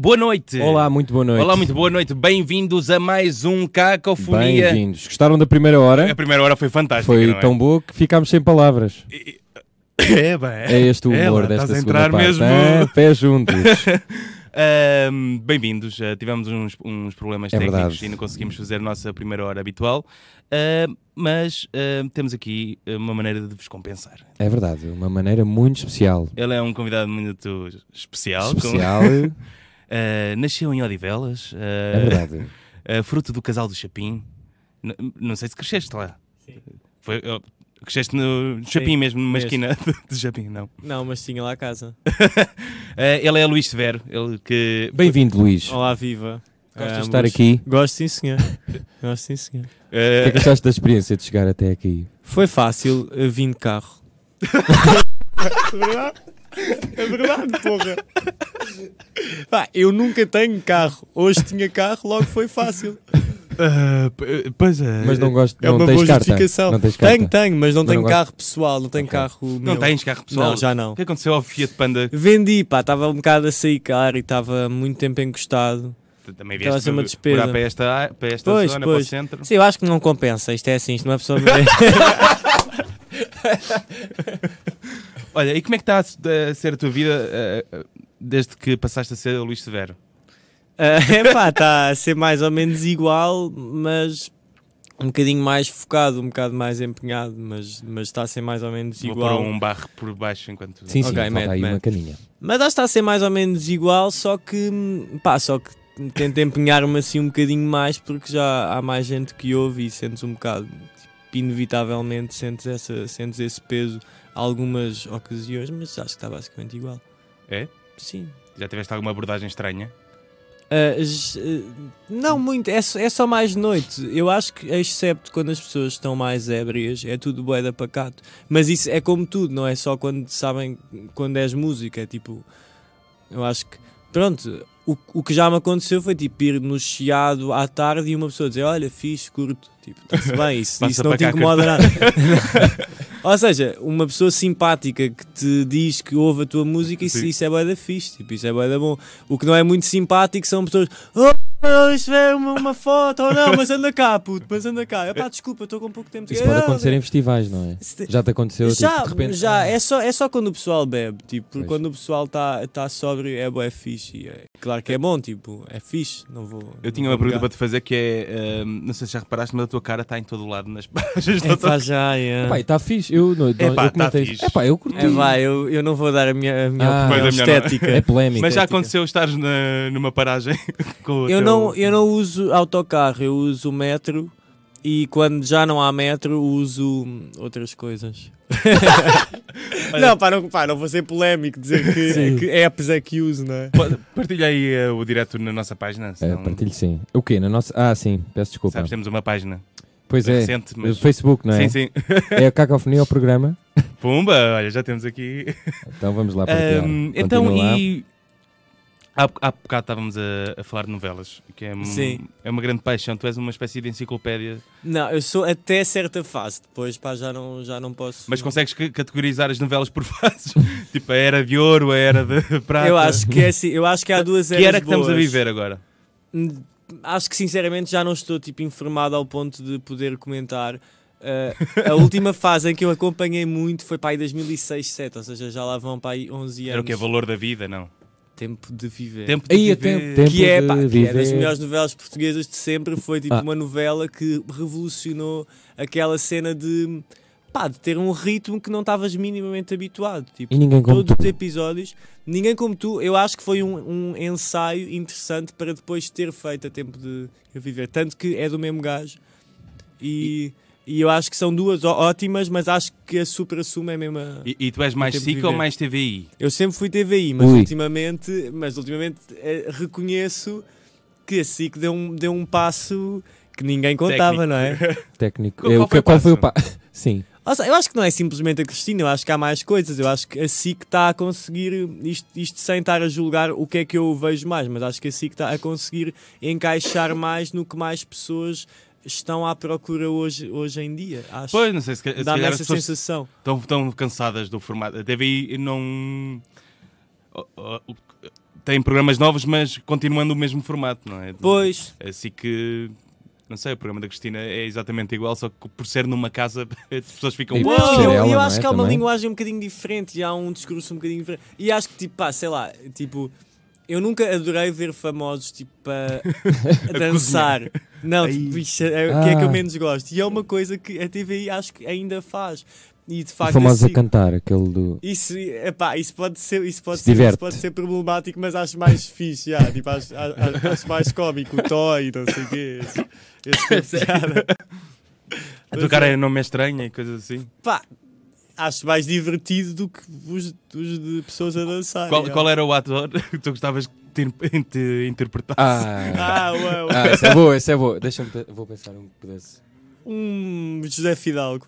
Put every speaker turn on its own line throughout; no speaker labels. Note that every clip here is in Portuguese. Boa noite.
Olá, muito boa noite.
Olá, muito boa noite. Bem-vindos a mais um Cacofonia.
Bem-vindos. Gostaram da primeira
A
hora?
primeira hora foi fantástica.
Foi
É não é?
tão boa que ficámos sem palavras.
É, bem.
É este o humor
Ela,
desta
estás a
segunda
entrar
parte.
mesmo.
É, pé juntos.
Ahm, Bem-vindos. Ah, tivemos uns, uns problemas
É
técnicos
verdade.
e não conseguimos fazer a nossa primeira hora habitual, Ah, mas ah, temos aqui uma maneira de vos compensar.
é verdade, uma maneira muito especial.
Ele é um convidado muito especial. com-
Especial,
Ah, nasceu em Odivelas, ah,
é verdade.
ah, fruto do casal do Chapim. N- não sei se cresceste lá. Foi, oh, cresceste no Chapim
Sim,
mesmo, numa
mesmo.
esquina de Chapim, não.
Não, mas tinha lá a casa.
Ah, ele é Luís Severo, ele que
Bem-vindo, Luís.
Olá, viva.
Gostas
Ah,
de estar
ambos.
aqui?
Gosto sim, senhor. Gosto sim, senhor.
O que é
ah,
que achaste da experiência de chegar até aqui?
Foi fácil, eu vim de carro. é verdade? É verdade, porra. Pá, eu nunca tenho carro. Hoje tinha carro, logo foi fácil.
Ah, p- pois é.
Mas não gosto,
É
não
uma
tens
boa
carta.
justificação.
Não tens carta.
tenho, tenho, mas não
Mas
tenho
não
carro pessoal, não tenho
Ok.
carro
Não
meu.
tens carro pessoal?
Não, já não.
O que aconteceu ao Fiat Panda?
Vendi, pá, estava um bocado a sair caro e estava muito tempo encostado.
Tu Também
Estava a
vieste
ser uma despesa.
olhar para esta, para esta
Pois,
zona,
pois.
para o centro.
Sim, eu acho que não compensa. Isto é assim, isto uma pessoa.
Olha, e como é que está a se- a ser a tua vida ah, ah, desde que passaste a ser o Luís Severo?
é pá, está a ser mais ou menos igual, mas um bocadinho mais focado, um bocado mais empenhado, mas está a ser mais ou menos igual.
Vou pôr um barro por baixo enquanto...
Sim, sim,
Ok,
falta
mete,
aí uma
mete.
caninha.
Mas acho que está a ser mais ou menos igual, só que hum, pá, só que tento empenhar-me assim um bocadinho mais porque já há mais gente que ouve e sentes um bocado, tipo, inevitavelmente sentes, essa, sentes esse peso algumas ocasiões, mas acho que está basicamente igual.
É?
Sim.
Já tiveste alguma abordagem estranha?
Ah, j- ah, não muito, é, só- é só mais de noite. Eu acho que, excepto quando as pessoas estão mais ébrias, é tudo bué da pacato. Mas isso é como tudo, não é só quando sabem, quando és música. É tipo, eu acho que, pronto, o, o que já me aconteceu foi tipo ir no chiado à tarde e uma pessoa dizer: Olha, fiz, curto. Tipo, está-se bem, isso,
Passa
isso não
para
te
cá,
incomoda nada. Ou seja, uma pessoa simpática que te diz que ouve a tua música, isso,
Sim.
isso é bué da fixe, tipo, isso é bué da bom. O que não é muito simpático são pessoas. Oh, isto é uma, uma foto, ou não, mas anda cá, puto, mas anda cá. Epá, desculpa, estou com pouco tempo.
Isso pode
Ah,
acontecer em festivais, não é?
se-
Já te aconteceu tipo,
já,
de repente.
já é, só, é só quando o pessoal bebe, tipo,
Pois.
porque quando o pessoal está tá sóbrio é, bué fixe. e é- claro que é bom, tipo, é fixe, não vou.
Eu tinha uma pergunta para te fazer que é, ah, não sei se já reparaste, mas a tua cara está em todo o lado nas páginas.
É pá, já, é.
Epá, está fixe. Eu, não,
Epá,
eu
tá
comentei.
fixe.
Epá, eu curti.
É, vai, eu, eu não vou dar a minha, a minha
Ah.
opinião
Pois, a minha não.
estética.
É polémico.
Mas já
Estética.
aconteceu estares na- numa paragem com o
Eu
teu-
não, eu não uso autocarro, eu uso metro e quando já não há metro uso hum, outras coisas. não, pá, não, pá, não vou ser polémico dizer
Sim.
que, que apps é que uso, não é?
Pa- Partilha aí eh, o direto na nossa página.
É,
senão-
partilho sim. O quê? Na nossa... Ah, sim, peço desculpa.
Então, Sabes, temos uma página
pois é,
recente. Mas...
do Facebook, não
Sim,
é?
sim.
É a cacofonia ao programa.
Pumba, olha, já temos aqui.
Então vamos lá partilhar.
Ahm,
Continua
então,
lá.
e. Há, bo- há bocado estávamos a, a falar de novelas, que é, um-
Sim.
é uma grande paixão. Tu és uma espécie de enciclopédia,
Não, eu sou até certa fase, depois pá, já não, já não posso.
mas consegues ca- categorizar as novelas por fases? tipo a era de ouro, a era de prata.
eu acho que é assim, eu acho que há duas
que
eras
era que estamos a
boas.
viver agora?
Hum, Acho que sinceramente já não estou tipo informado ao ponto de poder comentar. Ah, a última fase em que eu acompanhei muito foi para aí 2006, 2007, ou seja, já lá vão para aí 11 anos.
Era o que? Valor da vida, não?
Tempo de viver.
Tempo de
Aí é
viver.
tempo, tempo
que é,
de
pá, que é
viver.
das melhores novelas portuguesas de sempre. Foi tipo
Ah.
uma novela que revolucionou aquela cena de, pá, de ter um ritmo que não estavas minimamente habituado. Tipo,
E ninguém como
todos os
tu.
episódios, ninguém como tu, eu acho que foi um, um ensaio interessante para depois ter feito a tempo de eu viver. Tanto que é do mesmo gajo. E, e eu acho que são duas ó- ótimas, mas acho que a super suma é a mesma.
E, e tu és mais
tempo de
SIC ou
viver.
mais TVI?
Eu sempre fui TVI, mas
Ui.
ultimamente, mas ultimamente eh, reconheço que a SIC deu um, deu um passo que ninguém
Técnico.
contava, não é?
Técnico.
Qual-
É,
qual
o que-
foi o
qual foi o
passo?
pa... Sim.
Ou seja, eu acho que não é simplesmente a Cristina, eu acho que há mais coisas. Eu acho que a SIC está a conseguir, isto, isto sem estar a julgar o que é que eu vejo mais, mas acho que a SIC está a conseguir encaixar mais no que mais pessoas estão à procura hoje, hoje em dia. Acho.
Pois, não sei, se, ca- se
Dá-me
calhar as
essa
pessoas
sensação.
estão tão cansadas do formato. A TVI não. o- o- o- tem programas novos, mas continuando o mesmo formato, não é?
Pois.
Assim que. Não sei, o programa da Cristina é exatamente igual, só que por ser numa casa as pessoas ficam.
E
"Uau!"
por
Não,
ser
eu,
ela,
eu
não
acho
é,
que há uma
também?
linguagem um bocadinho diferente e há um discurso um bocadinho diferente. E acho que, tipo, pá, sei lá, tipo, eu nunca adorei ver famosos, tipo, a, a dançar. Não, tipo, isso é o que é que eu
Ah.
menos gosto. E é uma coisa que a TVI acho que ainda faz. E de
O
facto,
famoso a
assim,
cantar, aquele do.
isso, epá, isso pode ser, isso pode
Se
ser, isso
diverte.
pode ser problemático, mas acho mais fixe, já, tipo, acho, a- a- acho mais cómico, o Toy, não sei o quê. Esse, esse tipo de piada.
A tua cara é nome é estranha e coisas assim.
Pá, acho mais divertido do que os, os de pessoas a dançar.
Qual,
já.
qual é? era o ator que tu gostavas de te, in- te interpretar?
Ah,
Ah, uau.
ah, essa é boa, essa é boa. Deixa-me. pe- Vou pensar um pedaço.
Hum, José Fidalgo.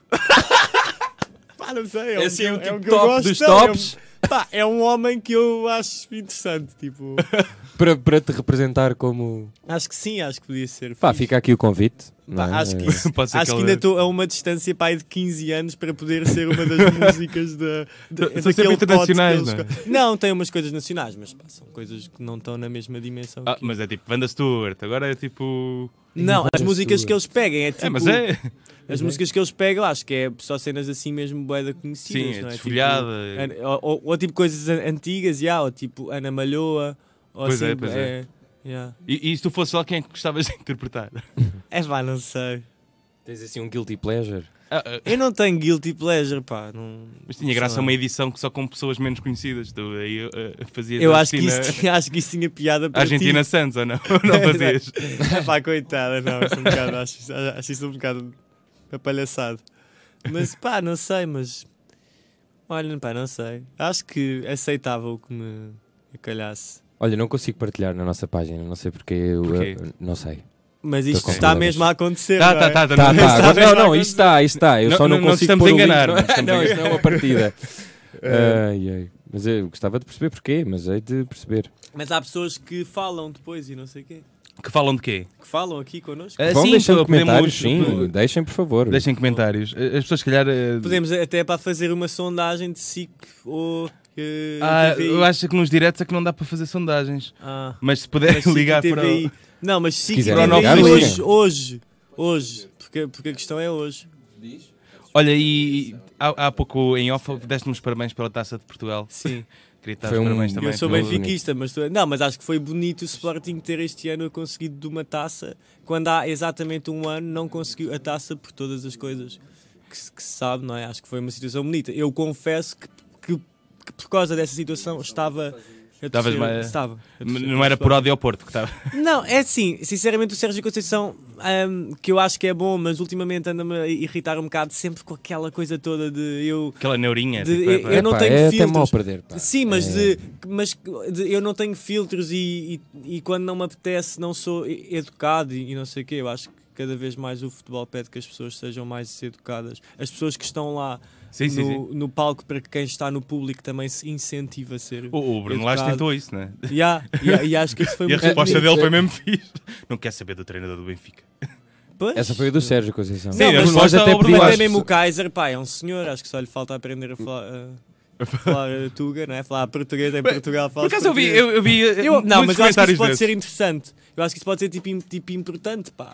Pá, não sei, é um,
Esse
que
é
eu-
o tipo
um que eu
top
gosto,
dos
não, é um-
tops.
pá, é um homem que eu acho interessante, tipo...
Para, para te representar como.
acho que sim, acho que podia ser
Pá,
fixe.
fica aqui o convite. não
Pá,
é?
acho que isso-
Pode ser
acho que
aquela-
ainda estou a uma distância pá, aí de 15 anos para poder ser uma das músicas da, da,
São sempre
daquele pote que
internacionais, é?
eles co- Não, tem umas coisas nacionais, mas pá, são coisas que não estão na mesma dimensão.
Ah,
que-
mas é tipo Vanda Stewart, agora é tipo.
não, as
Inverso.
músicas que eles pegam é tipo.
É, mas é.
As músicas que eles pegam, acho que é só cenas assim mesmo boeda conhecidas.
Sim, é
não é?
desfolhada.
Tipo, an- ou, ou- ou tipo coisas an- antigas, yeah, ou tipo Ana Malhoa. Ou
Pois é,
assim,
pois é.
yeah.
E, e se tu fosse lá, quem é que gostavas de interpretar?
É, pá, não sei.
Tens assim um guilty pleasure.
Ah, ah,
Eu não tenho guilty pleasure, pá. Não,
mas tinha graça
sei lá.
uma edição que só com pessoas menos conhecidas. Tu aí ah, fazias
Eu
a
acho que, isso
Cristina-
tinha, acho que isso tinha piada
a
para
né? Argentina
ti.
Santos, ou não? Não fazias?
É pá, coitada, não, isso é um bocado, acho, isso- acho isso um bocado apalhaçado. Mas pá, não sei, mas. Olha, pá, não sei. Acho que aceitava o que me calhasse.
Olha, não consigo partilhar na nossa página, não sei porque eu,
Porquê?
eu- não sei.
Mas isto
com
está
problemas.
mesmo a acontecer.
Tá,
não
tá,
é?
tá, tá,
Tá,
não-
tá, agora-
sabes
não, não,
lá
isto está, isto está. Eu
Não-
só não,
não- não
consigo
estamos a
pôr
É.
o link,
enganar,
não é?
não estamos a
Não, isto não é uma partida. ai, ai. Mas eu gostava de perceber porquê, mas hei de perceber.
Mas há pessoas que falam depois e não sei o quê.
Que falam de quê?
Que falam aqui connosco.
Ah,
Vão
sim,
deixando
podemos-
comentários, sim,
podemos-
deixem por favor.
Deixem comentários. As pessoas, se calhar. ah,
Podemos até é para fazer uma sondagem de SIC ou. eh,
Ah,
TVI.
eu acho que nos diretos é que não dá para fazer sondagens.
Ah.
Mas se puder
Mas SIC e
ligar para.
TVI.
o-
Não, mas SIC e
quiserem
TVI
ligar,
hoje,
liguem.
hoje, hoje, porque, porque a questão é hoje.
Olha, e e há, há pouco em off deste-me os parabéns pela taça de Portugal.
Sim.
Queria dar
Foi
os
um-
parabéns também.
eu sou
pelo-
muito bem-
benfiquista, mas tu- é- não, mas acho que foi bonito o Sporting ter este ano conseguido de uma taça, quando há exatamente um ano não conseguiu a taça por todas as coisas que, se- que se sabe, não é? Acho que foi uma situação bonita. Eu confesso que, que- que por causa dessa situação estava a
Estavas
torcer-
mais-
estava. a torcer
Não é-
pelo
era por
Sporting.
ódio ao Porto que estava.
Não, é assim, sinceramente o Sérgio Conceição, ahm, que eu acho que é bom, mas ultimamente anda-me a irritar um bocado sempre com aquela coisa toda de eu.
Aquela neurinha.
De-
tipo, é pá.
eu não
Pá,
tenho
é até
filtros.
mal perder. pá.
Sim, mas, eh,
É.
de, mas de- eu não tenho filtros e, e, e quando não me apetece não sou e- educado e, e não sei o quê. Eu acho que cada vez mais o futebol pede que as pessoas sejam mais educadas. As pessoas que estão lá
Sim,
no,
sim, sim.
no palco, para que quem está no público também se incentiva a ser.
O, o Bruno Lage
educado.
tentou isso, né?
Ya, ya, e acho que isso foi
E a
muito
resposta
bonito. É.
dele foi mesmo fixe. Não quer saber do treinador do Benfica.
Pois.
Essa foi a do Sérgio Conceição.
Sim, Não, mas
nós
resposta
até
ao
pedimos
Bruno
às
Até
acho
mesmo o
pessoas-
Kaiser, pá, é um senhor, acho que só lhe falta aprender a falar, a- a falar a tuga, não é? Falar português em Portugal.
Por
falas
acaso eu vi.
português.
Eu, eu vi eh,
Eu- não,
muitos
mas eu acho que isso
comentários
pode ser
desses.
interessante. Eu acho que isso pode ser tipo, im- tipo importante, pá.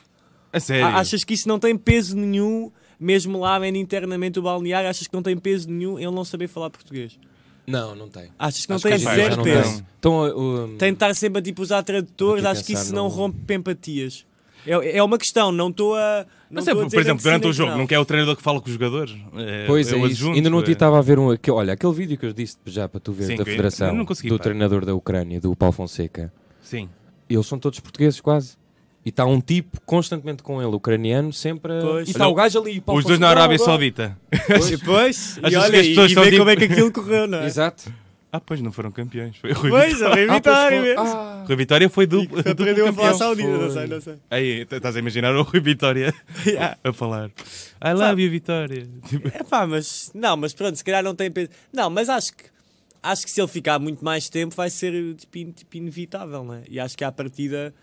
A sério.
A- Achas que isso não tem peso nenhum, mesmo lá vendo internamente o balneário, achas que não tem peso nenhum ele não saber falar português?
Não, não tem.
Achas que não
Acho
tem
que é já
zero
não
peso?
tem. Então, um,
Tem de estar sempre a tipo, usar tradutores,
Vou ter que
acho que
pensar
isso não
no-
rompe empatias. É, é uma questão, não estou a. Não
Mas é,
estou
por
a dizer nem
exemplo,
que sim,
durante
nem
o
que
jogo,
não.
não é o treinador que fala com os jogadores? É-
Pois é,
o
isso.
adjunto,
ainda no outro
é-
dia estava a ver um. aque- olha, aquele vídeo que eu disse já para tu ver
Sim,
da
que eu- eu
Federação
não consegui,
do
pá.
treinador da Ucrânia, do Paulo Fonseca.
Sim.
eles são todos portugueses quase. E está um tipo constantemente com ele, ucraniano, sempre. a-
Pois.
E está
Olha,
o gajo ali. pá,
Os dois
Fonseca,
na Arábia
não, agora.
Saudita.
E
Achas
Pois, e
que
olha,
as
e,
pessoas
e
estão
vê
tipo-
como é que aquilo correu, não é?
Exato.
Ah, pois não foram campeões. Foi o Rui
Pois, a
Ah, pois
vitória
foi.
mesmo.
Ah.
Rui Vitória foi duplo.
Foi Aprendeu a falar
campeão.
saudita, não sei,
Foi.
não sei.
Aí, t- estás a imaginar o Rui Vitória
Yeah.
a falar. I love you, Vitória. Tipo,
É pá, mas não, mas pronto, se calhar não tem peso. Não, mas acho que acho que eh, se ele ficar muito mais tempo vai ser tipo, in- tipo, inevitável, não é? E acho que à partida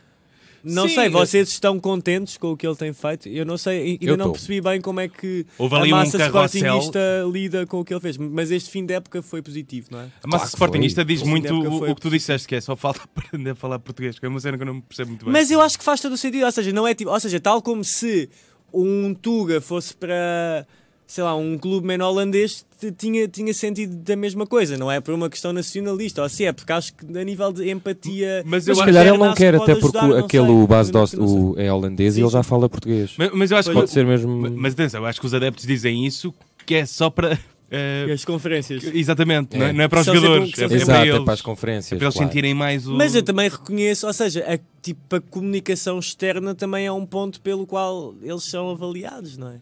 Não
Sim,
sei,
eu-
vocês estão contentes com o que ele tem feito? Eu não sei, ainda
Eu
não
tô.
percebi bem como é que
Houve
a
ali um
massa
carrossel.
sportinguista lida com o que ele fez. Mas este fim de época foi positivo, não é?
A massa
Claro que
sportinguista diz
Sim,
muito
na época
o,
foi
o que tu disseste, que é só falta aprender a falar português, que é uma cena que eu não percebo muito bem.
Mas eu acho que faz todo o sentido, ou seja, não é tipo, ou seja, tal como se um Tuga fosse para, sei lá, um clube menor holandês, t- tinha, tinha sentido da mesma coisa, não é por uma questão nacionalista, ou se é, porque acho que a nível de empatia.
Mas eu
Mas se
acho-
calhar ele não
Nasce
quer,
pode
até porque
ajudar, não
aquele
sei.
o base
Eu não-
dost,
eu não sei.
o, é holandês
Sim,
e ele
sim.
já fala português.
Mas, mas eu acho
Pode
que.
ser mesmo.
Mas atenção, eu acho que os adeptos dizem isso que é só para. eh,
E As conferências.
exatamente, Não, é,
É.
não é para os
Só dizer
jogadores,
que-
é,
que-
para
Exato,
eles.
é para as conferências.
para eles
claro.
sentirem mais o.
Mas eu também reconheço, ou seja, a, tipo, a comunicação externa também é um ponto pelo qual eles são avaliados, não é?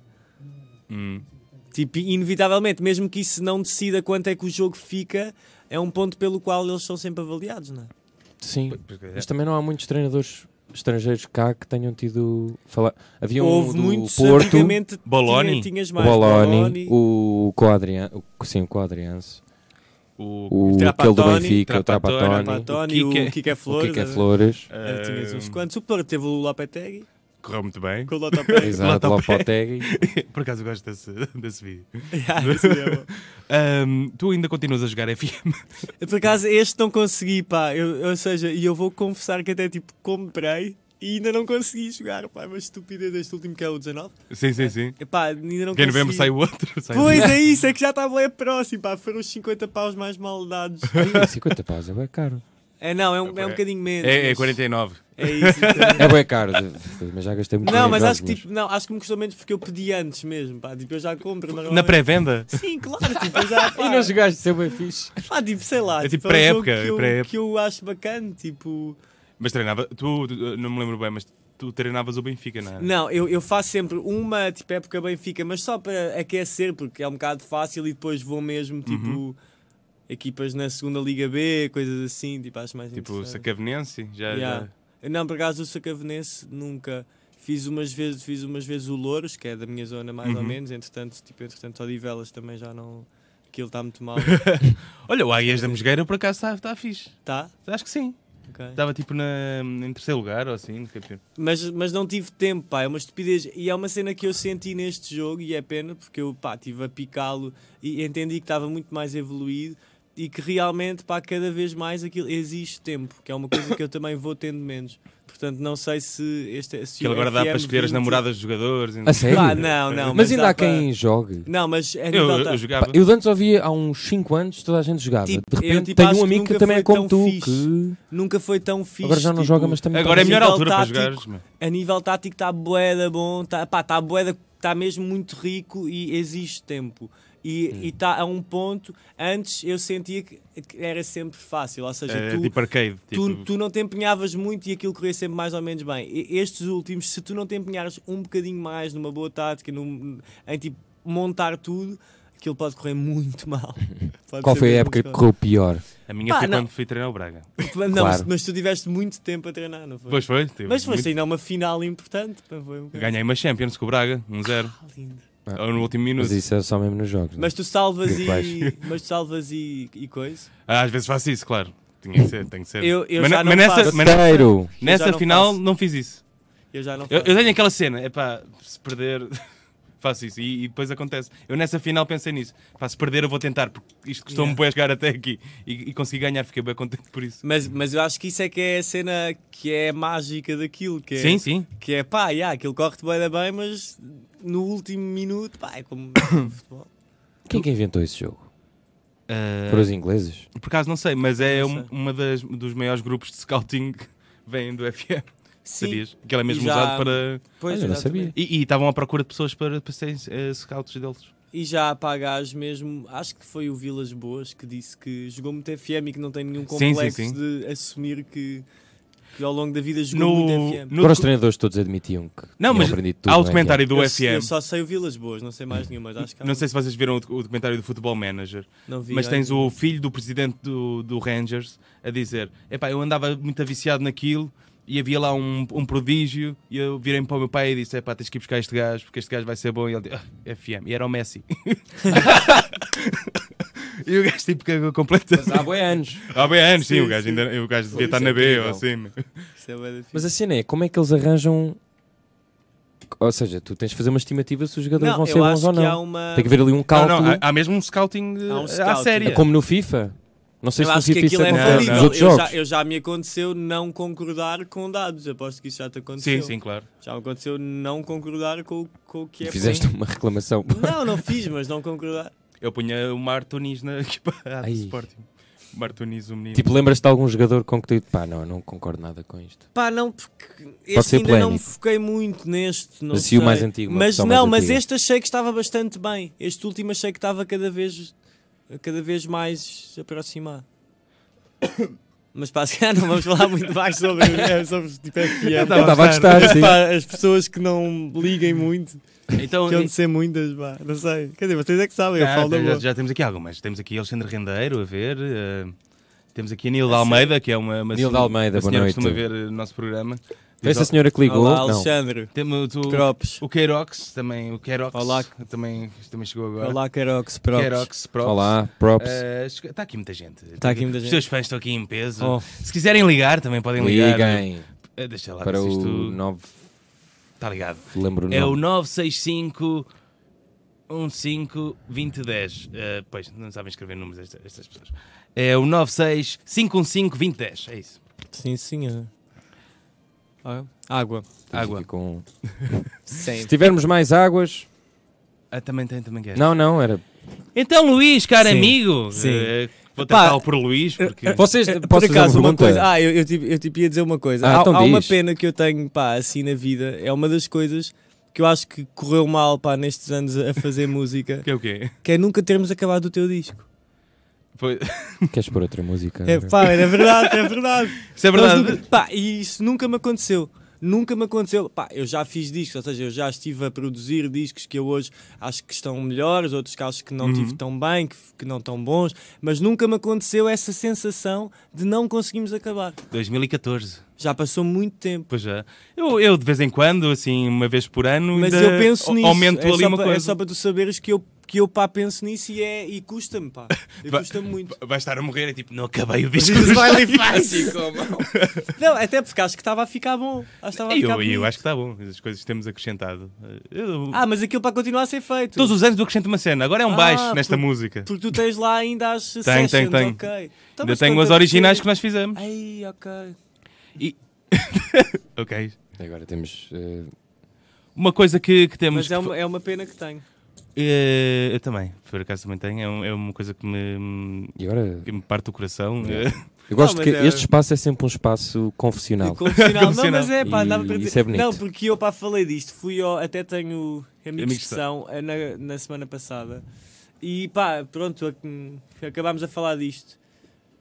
Hum.
Tipo, inevitavelmente, mesmo que isso não decida quanto é que o jogo fica, é um ponto pelo qual eles são sempre avaliados, não é?
Sim, mas também não há muitos treinadores estrangeiros cá que tenham tido. Falar... Havia um
Houve
do
muitos
Porto,
antigamente tinha-
Bologna?
tinhas
o
mais.
Boloni, o Quadrian, o... sim, o Quadrianse,
O.
o aquele do
Trapattoni,
Benfica, o
Trapattoni,
Trapatoni,
Patoni, o
Kike-
Kika
o
Flores.
Kike é Flores,
eh, Tinhas
eh,
uns quantos. O Porto teve o Lopetegui,
Correu muito bem.
com o Lopetegui.
exato, Lopetegui.
Por acaso eu gosto desse, desse vídeo.
Yeah, Ah, isso mesmo.
Ahm, tu ainda continuas a jogar FM?
Por acaso, este não consegui, pá. Eu, ou seja, e eu vou confessar que até tipo comprei e ainda não consegui jogar, pá. É Uma estupidez este último que é o 19.
sim, sim, sim.
Epá, ainda não
Que em
consegui.
novembro sai o outro. sai
Pois
outro.
é isso, é que já estava é próximo, pá. Foram os 50 paus mais mal dados.
Ih, 50 paus, é bem caro.
É não, é um, é um
É-
bocadinho menos.
É, é
mas
49.
É isso. então.
É bem caro, de- mas já gastei muito
Não,
dinheiro
mas
em
acho que
jogos,
tipo, não, acho que me custou menos porque eu pedi antes mesmo, pá. Tipo, eu já compro
Na
normalmente.
pré-venda?
Sim, claro, tipo, eu já.
E
Pá,
não jogaste, seu bem é fixe.
pá, tipo, sei lá.
É tipo
um jogo
pré-época,
que eu-
pré-época.
Que eu acho bacana, tipo.
Mas treinava. Tu, tu- não me lembro bem, mas tu treinavas o Benfica, não é?
Não, eu, eu faço sempre uma tipo época Benfica, mas só para aquecer, porque é um bocado fácil e depois vou mesmo tipo
Uhum.
equipas na segunda Liga B, coisas assim, tipo, acho mais
Tipo,
interessante.
Sacavenense? Já,
Yeah.
já-
Não, por acaso o Sacavenense nunca. Fiz umas vezes, fiz umas vezes o Louros, que é da minha zona mais ou
Uhum.
menos, entretanto, tipo, entretanto, Odivelas também já não. Aquilo está muito mal.
Olha, o Águias da Mosgueira por acaso está tá fixe.
tá?
Acho que sim.
Ok.
Estava tipo na, em terceiro lugar ou assim, no campeonato.
Mas, mas não tive tempo, pá, é uma estupidez. E é uma cena que eu senti neste jogo e é pena porque eu, pá, estive a picá-lo e entendi que estava muito mais evoluído e que realmente, pá, cada vez mais aquilo exige tempo, que é uma coisa que eu também vou tendo menos. Portanto, não sei se este se
Que
o
ele agora dá para
FM
escolher as
20
namoradas dos jogadores.
A sério?
Pá, Ah, não, não.
Mas
Mas,
dá
ainda há
para-
quem jogue.
Não, mas a
Eu,
nível
eu,
tá-
jogava.
Pá, Eu de antes ouvia há uns 5 anos toda a gente jogava.
Tipo,
de repente
eu, tipo,
tenho
acho
um
que
amigo que,
nunca
também é
foi
como
tão
tu
fixe.
que
nunca foi tão fixe.
agora já não
tipo,
joga, mas também
Agora é a
tá-
melhor
nível
altura
tático,
para jogares. meu.
a nível tático está boeda bom, está pá, tá boeda, está mesmo muito rico e exige tempo.
Hum.
E está a um ponto, antes eu sentia que que era sempre fácil, ou seja,
É,
tu,
tipo arcade.
tu,
tipo-
tu não te empenhavas muito e aquilo corria sempre mais ou menos bem. E- estes últimos, se tu não te empenhares um bocadinho mais numa boa tática, num, em tipo montar tudo, aquilo pode correr muito mal. Pode
Qual
ser
foi a
mesmo
época que
muito
correu pior?
A minha
Pá,
foi
não.
quando fui treinar o Braga.
mal. Não,
Claro.
mas tu tiveste muito tempo a treinar, não foi?
Pois foi. tive
mas foi assim.
muito-
ainda uma final importante. pá, Foi um bocado-
Ganhei uma Champions com o Braga, 1-0.
Ah, lindo.
Ah.
Ou no último minuto.
Mas isso é só mesmo nos jogos. não é?
Mas tu salvas
Muito
e. Mas tu salvas e, e coisa.
Ah, às vezes faço isso, claro. Tinha que ser, tem que ser.
Eu- eu
mas
já
mas
não
nessa,
faço.
mas nessa-
Bateiro!
Eu
nessa
já não
final
faço.
não fiz isso.
Eu já não
Eu,
faço.
eu tenho aquela cena, é pá, se perder, faço isso. E, e depois acontece. Eu nessa final pensei nisso. Pá, se perder, eu vou tentar, porque isto custou-me
Yeah.
bem jogar até aqui. E, e consegui ganhar, fiquei bem contente por isso.
Mas, mas eu acho que isso é que é a cena que é mágica daquilo. Que é,
Sim, sim.
Que é pá, yeah, aquilo corre-te bem, da bem, mas no último minuto, pá, é como no futebol.
Quem é que inventou esse jogo?
É.
Ah,
Foram os ingleses?
por acaso não sei, mas é
Não sei.
um uma das, dos maiores grupos de scouting que vêm do FM.
Sim,
Sabias? Que ele é mesmo
já-
usado para.
pois
Olha, eu não
exatamente.
E e estavam à procura de pessoas para, para serem eh, scouts deles.
E já há gajos mesmo, acho que foi o Vilas Boas que disse que jogou muito FM e que não tem nenhum
Sim, sim,
complexo
sim.
de assumir que, que ao longo da vida jogou
No,
muito FM.
no-
Agora os treinadores todos admitiam que
não,
tinham
mas
aprendido tudo.
há o
não é?
documentário do
eu, eu
FM.
só sei o Vilas Boas, não sei mais nenhuma, mas acho que há
Não
um-
sei se vocês viram o doc- o documentário do Futebol Manager.
não vi
Mas
ainda.
tens o filho do presidente do, do Rangers a dizer: Epá, eu andava muito aviciado naquilo e havia lá um, um prodígio. E eu virei para o meu pai e disse: Epá, tens que ir buscar este gajo porque este gajo vai ser bom. E ele disse: "Ah, FM. E era o Messi. E o gajo tipo cagou completamente.
Mas há boi anos.
Há bem anos, sim,
Sim,
o gajo,
sim.
Ainda, o gajo devia
Isso
estar
é
na B ou
incrível.
assim.
Isso é bué da fixe.
Mas a cena é, como é que eles arranjam... Ou seja, tu tens de fazer uma estimativa se os jogadores
não,
vão
eu
ser bons
acho
ou
que há
não.
uma...
Tem que haver ali um
Não,
cálculo,
não, há, há mesmo um scouting eh,
Há um
à
scouting.
série.
É
como no FIFA. Não sei
Eu
se no
acho que
FIFA isso
aquilo é
acontece
não, não.
nos né?
falível.
outros
Eu
jogos.
já, eu já me aconteceu não concordar com dados. Aposto que isso já te aconteceu.
Sim, sim, claro.
Já me aconteceu não concordar com, o- com o que é.
Fizeste um-
bom.
uma reclamação.
Não, não fiz, mas não concordar.
Eu punha o Martunis na equipa A do
Ai.
Sporting. Martunis, o menino.
Tipo, lembras-te de algum jogador com que tu... Pá, não, não concordo nada com isto.
Pá, não, porque
ser
este ainda não me
polémico.
foquei muito neste. Não
Mas e o
sei.
mais antigo, uma
Mas
versão
não,
mais
mas
antiga?
este achei que estava bastante bem. Este último achei que estava cada vez, cada vez mais aproximado. Mas pá, se calhar não vamos falar muito mais sobre, é, sobre tipo, FM.
Eu estava a gostar, sim.
Pá, as pessoas que não liguem muito,
Então,
que hão de ser muitas, pá, não sei. Quer dizer, vocês é que sabem, eu
Ah,
falo da
já,
boa.
já temos aqui algumas. Temos aqui Alexandre Rendeiro a ver. eh, temos aqui a Nilda Almeida, que é uma, uma
Nilda
sen-
Almeida,
uma
boa
senhora que
noite.
costuma ver eh, o nosso programa.
Foi
Diz, ó,
essa senhora que ligou?
Olá,
não.
Alexandre.
Temos o,
Cropes.
o Queirox, também. O Queirox
Olá.
Também, também chegou agora.
Olá, Carox, Props.
Queirox, props.
Olá, props.
Eh,
Está aqui muita gente.
Está aqui muita
Os
gente.
seus fãs estão aqui em peso.
Oh.
Se quiserem ligar, também podem ligar.
Liguem
Eh, Deixa lá,
para
ver se
o
isto
9...
está ligado.
Lembro o
É o
nome.
965 15 2010. Eh, pois, não sabem escrever números esta- estas, pessoas. É o 96 515 2010. É isso.
Sim,
é.
senhor. Ah, água.
Tens
água.
aqui com-
Sim.
um. Se tivermos mais águas...
Ah, também tem, também
É.
quer.
Não, não, era...
Então, Luís, caro
Sim,
amigo.
sim.
eh, vou
Pá,
tentar por Luís, porque.
Vocês,
Eh,
posso fazer uma
uma
pergunta?
coisa. Ah, eu, eu, tipo, eu tipo ia dizer uma coisa.
Ah,
há
então
há uma
diz.
pena que eu tenho, pá, assim na vida. É uma das coisas que eu acho que correu mal, pá, nestes anos a fazer música,
Que é o quê?
que é nunca termos acabado o teu disco.
Foi-
Queres pôr outra música?
Ah. É, pá, é verdade, é verdade.
Isso é
Nós
verdade.
nunca- pá, e isso nunca me aconteceu. Nunca me aconteceu. Pá, eu já fiz discos, ou seja, eu já estive a produzir discos que eu hoje acho que estão melhores, outros que acho que não tive
Uhum.
tão bem, que, que não tão bons, mas nunca me aconteceu essa sensação de não conseguimos acabar.
2014.
Já passou muito tempo.
Pois já. Eu, eu, de vez em quando, assim, uma vez por ano,
Mas
ainda
eu penso
au-
nisso.
aumento
é,
ali
só
uma
pa- é
coisa.
só para tu saberes que eu, que eu pá, penso nisso e, é, e custa-me, pá. E
Vai-
Custa-me muito.
Vai estar a morrer, é tipo, não acabei o disco.
Não, até porque acho que estava a ficar bom. Acho que estava a
E
ficar
eu, e eu
bonito.
acho que está bom, as coisas que temos acrescentado. Eu-
Ah, mas aquilo para continuar a ser feito.
todos os anos eu acrescento uma cena, agora é um
Ah,
baixo nesta
por-
música.
Porque tu tens lá ainda as
Tenho,
sessions,
tenho, tenho.
ok. Então,
Ainda
mas
tenho
conta-
as originais que nós fizemos.
Ai, ok.
Ok.
Agora temos... eh,
Uma coisa que, que temos.
Mas é
que fa-
uma, é uma pena que tenho.
Eh, eu também, por acaso também tenho. É, um- é uma coisa que me,
E agora...
que me parte o coração.
Yeah.
Eh,
Eu gosto
mas
que
é-
este espaço é sempre um espaço confessional.
Confissional.
Confissional.
não, mas é pá,
E
andava para
isso
dizer.
é bonito.
não, porque eu pá, falei disto. Fui ao, até tenho amigos
Amigos
que
que
são eh, na, na semana passada. E pá, pronto, ac- acabámos a falar disto.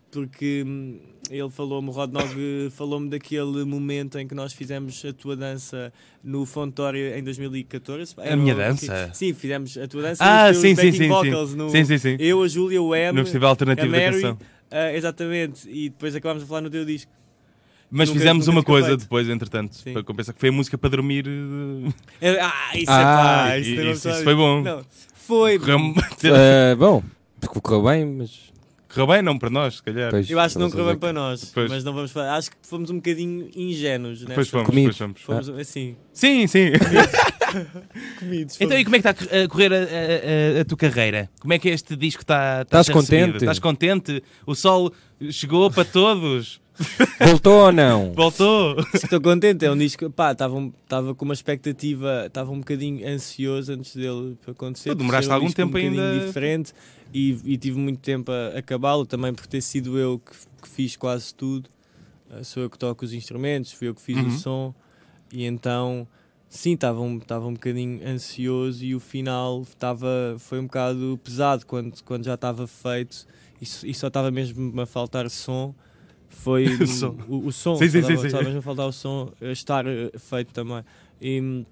Porque hum, ele falou-me, o Rodnog eh, falou-me daquele momento em que nós fizemos a tua dança no Fontório em 2014.
A minha
o-
dança?
É Sim, fizemos a tua dança
Ah,
e os teus
sim, sim,
backing
sim,
vocals
sim.
no-
sim, sim, sim.
Eu, a Júlia, o M,
No Festival Alternativo
a
da
Mary,
Canção.
ah, exatamente, e depois acabámos a falar no teu disco.
Mas
nunca-
fizemos
nunca
uma
fica
coisa
feito.
depois, entretanto,
Sim.
para compensar, que foi a música para dormir. eh,
É- Ah, isso
Ah,
é pá, isso,
e-
tem uma
isso-
história.
isso foi bom.
Não, foi.
Correu,
Eh, bom, correu bem, mas...
correu bem, não para nós, se calhar.
depois
Eu acho que não
falamos
correu bem
outra-
para nós,
Pois.
mas não vamos falar. Acho que fomos um bocadinho ingênuos, né?
Depois fomos,
Comidos.
depois fomos.
Fomos assim,
Sim, sim.
comidos.
Então,
fomos.
e como é que está a correr a, a- a- a tua carreira? Como é que este disco está está a
Estás
ser recebido?
contente?
Estás contente? O sol chegou para todos?
Voltou ou não?
Voltou?
Estou contente, é um disco. Pá, estava um- estava com uma expectativa, estava um bocadinho ansioso antes dele acontecer.
Tu
por
demoraste
ser um
algum
disco um
tempo
bocadinho
ainda-
diferente e, e tive muito tempo a acabá-lo também por ter sido eu que, que fiz quase tudo. Ah, Sou eu que toco os instrumentos, fui eu que fiz o
Uhum.
som e então. Sim, estava um, estava um bocadinho ansioso e o final estava, foi um bocado pesado quando, quando já estava feito e, s- e só estava mesmo a faltar som. Foi
O som.
o, o som,
Sim, sim,
só, dava-
sim, sim.
só mesmo a faltar o som eh, estar eh, feito também. E,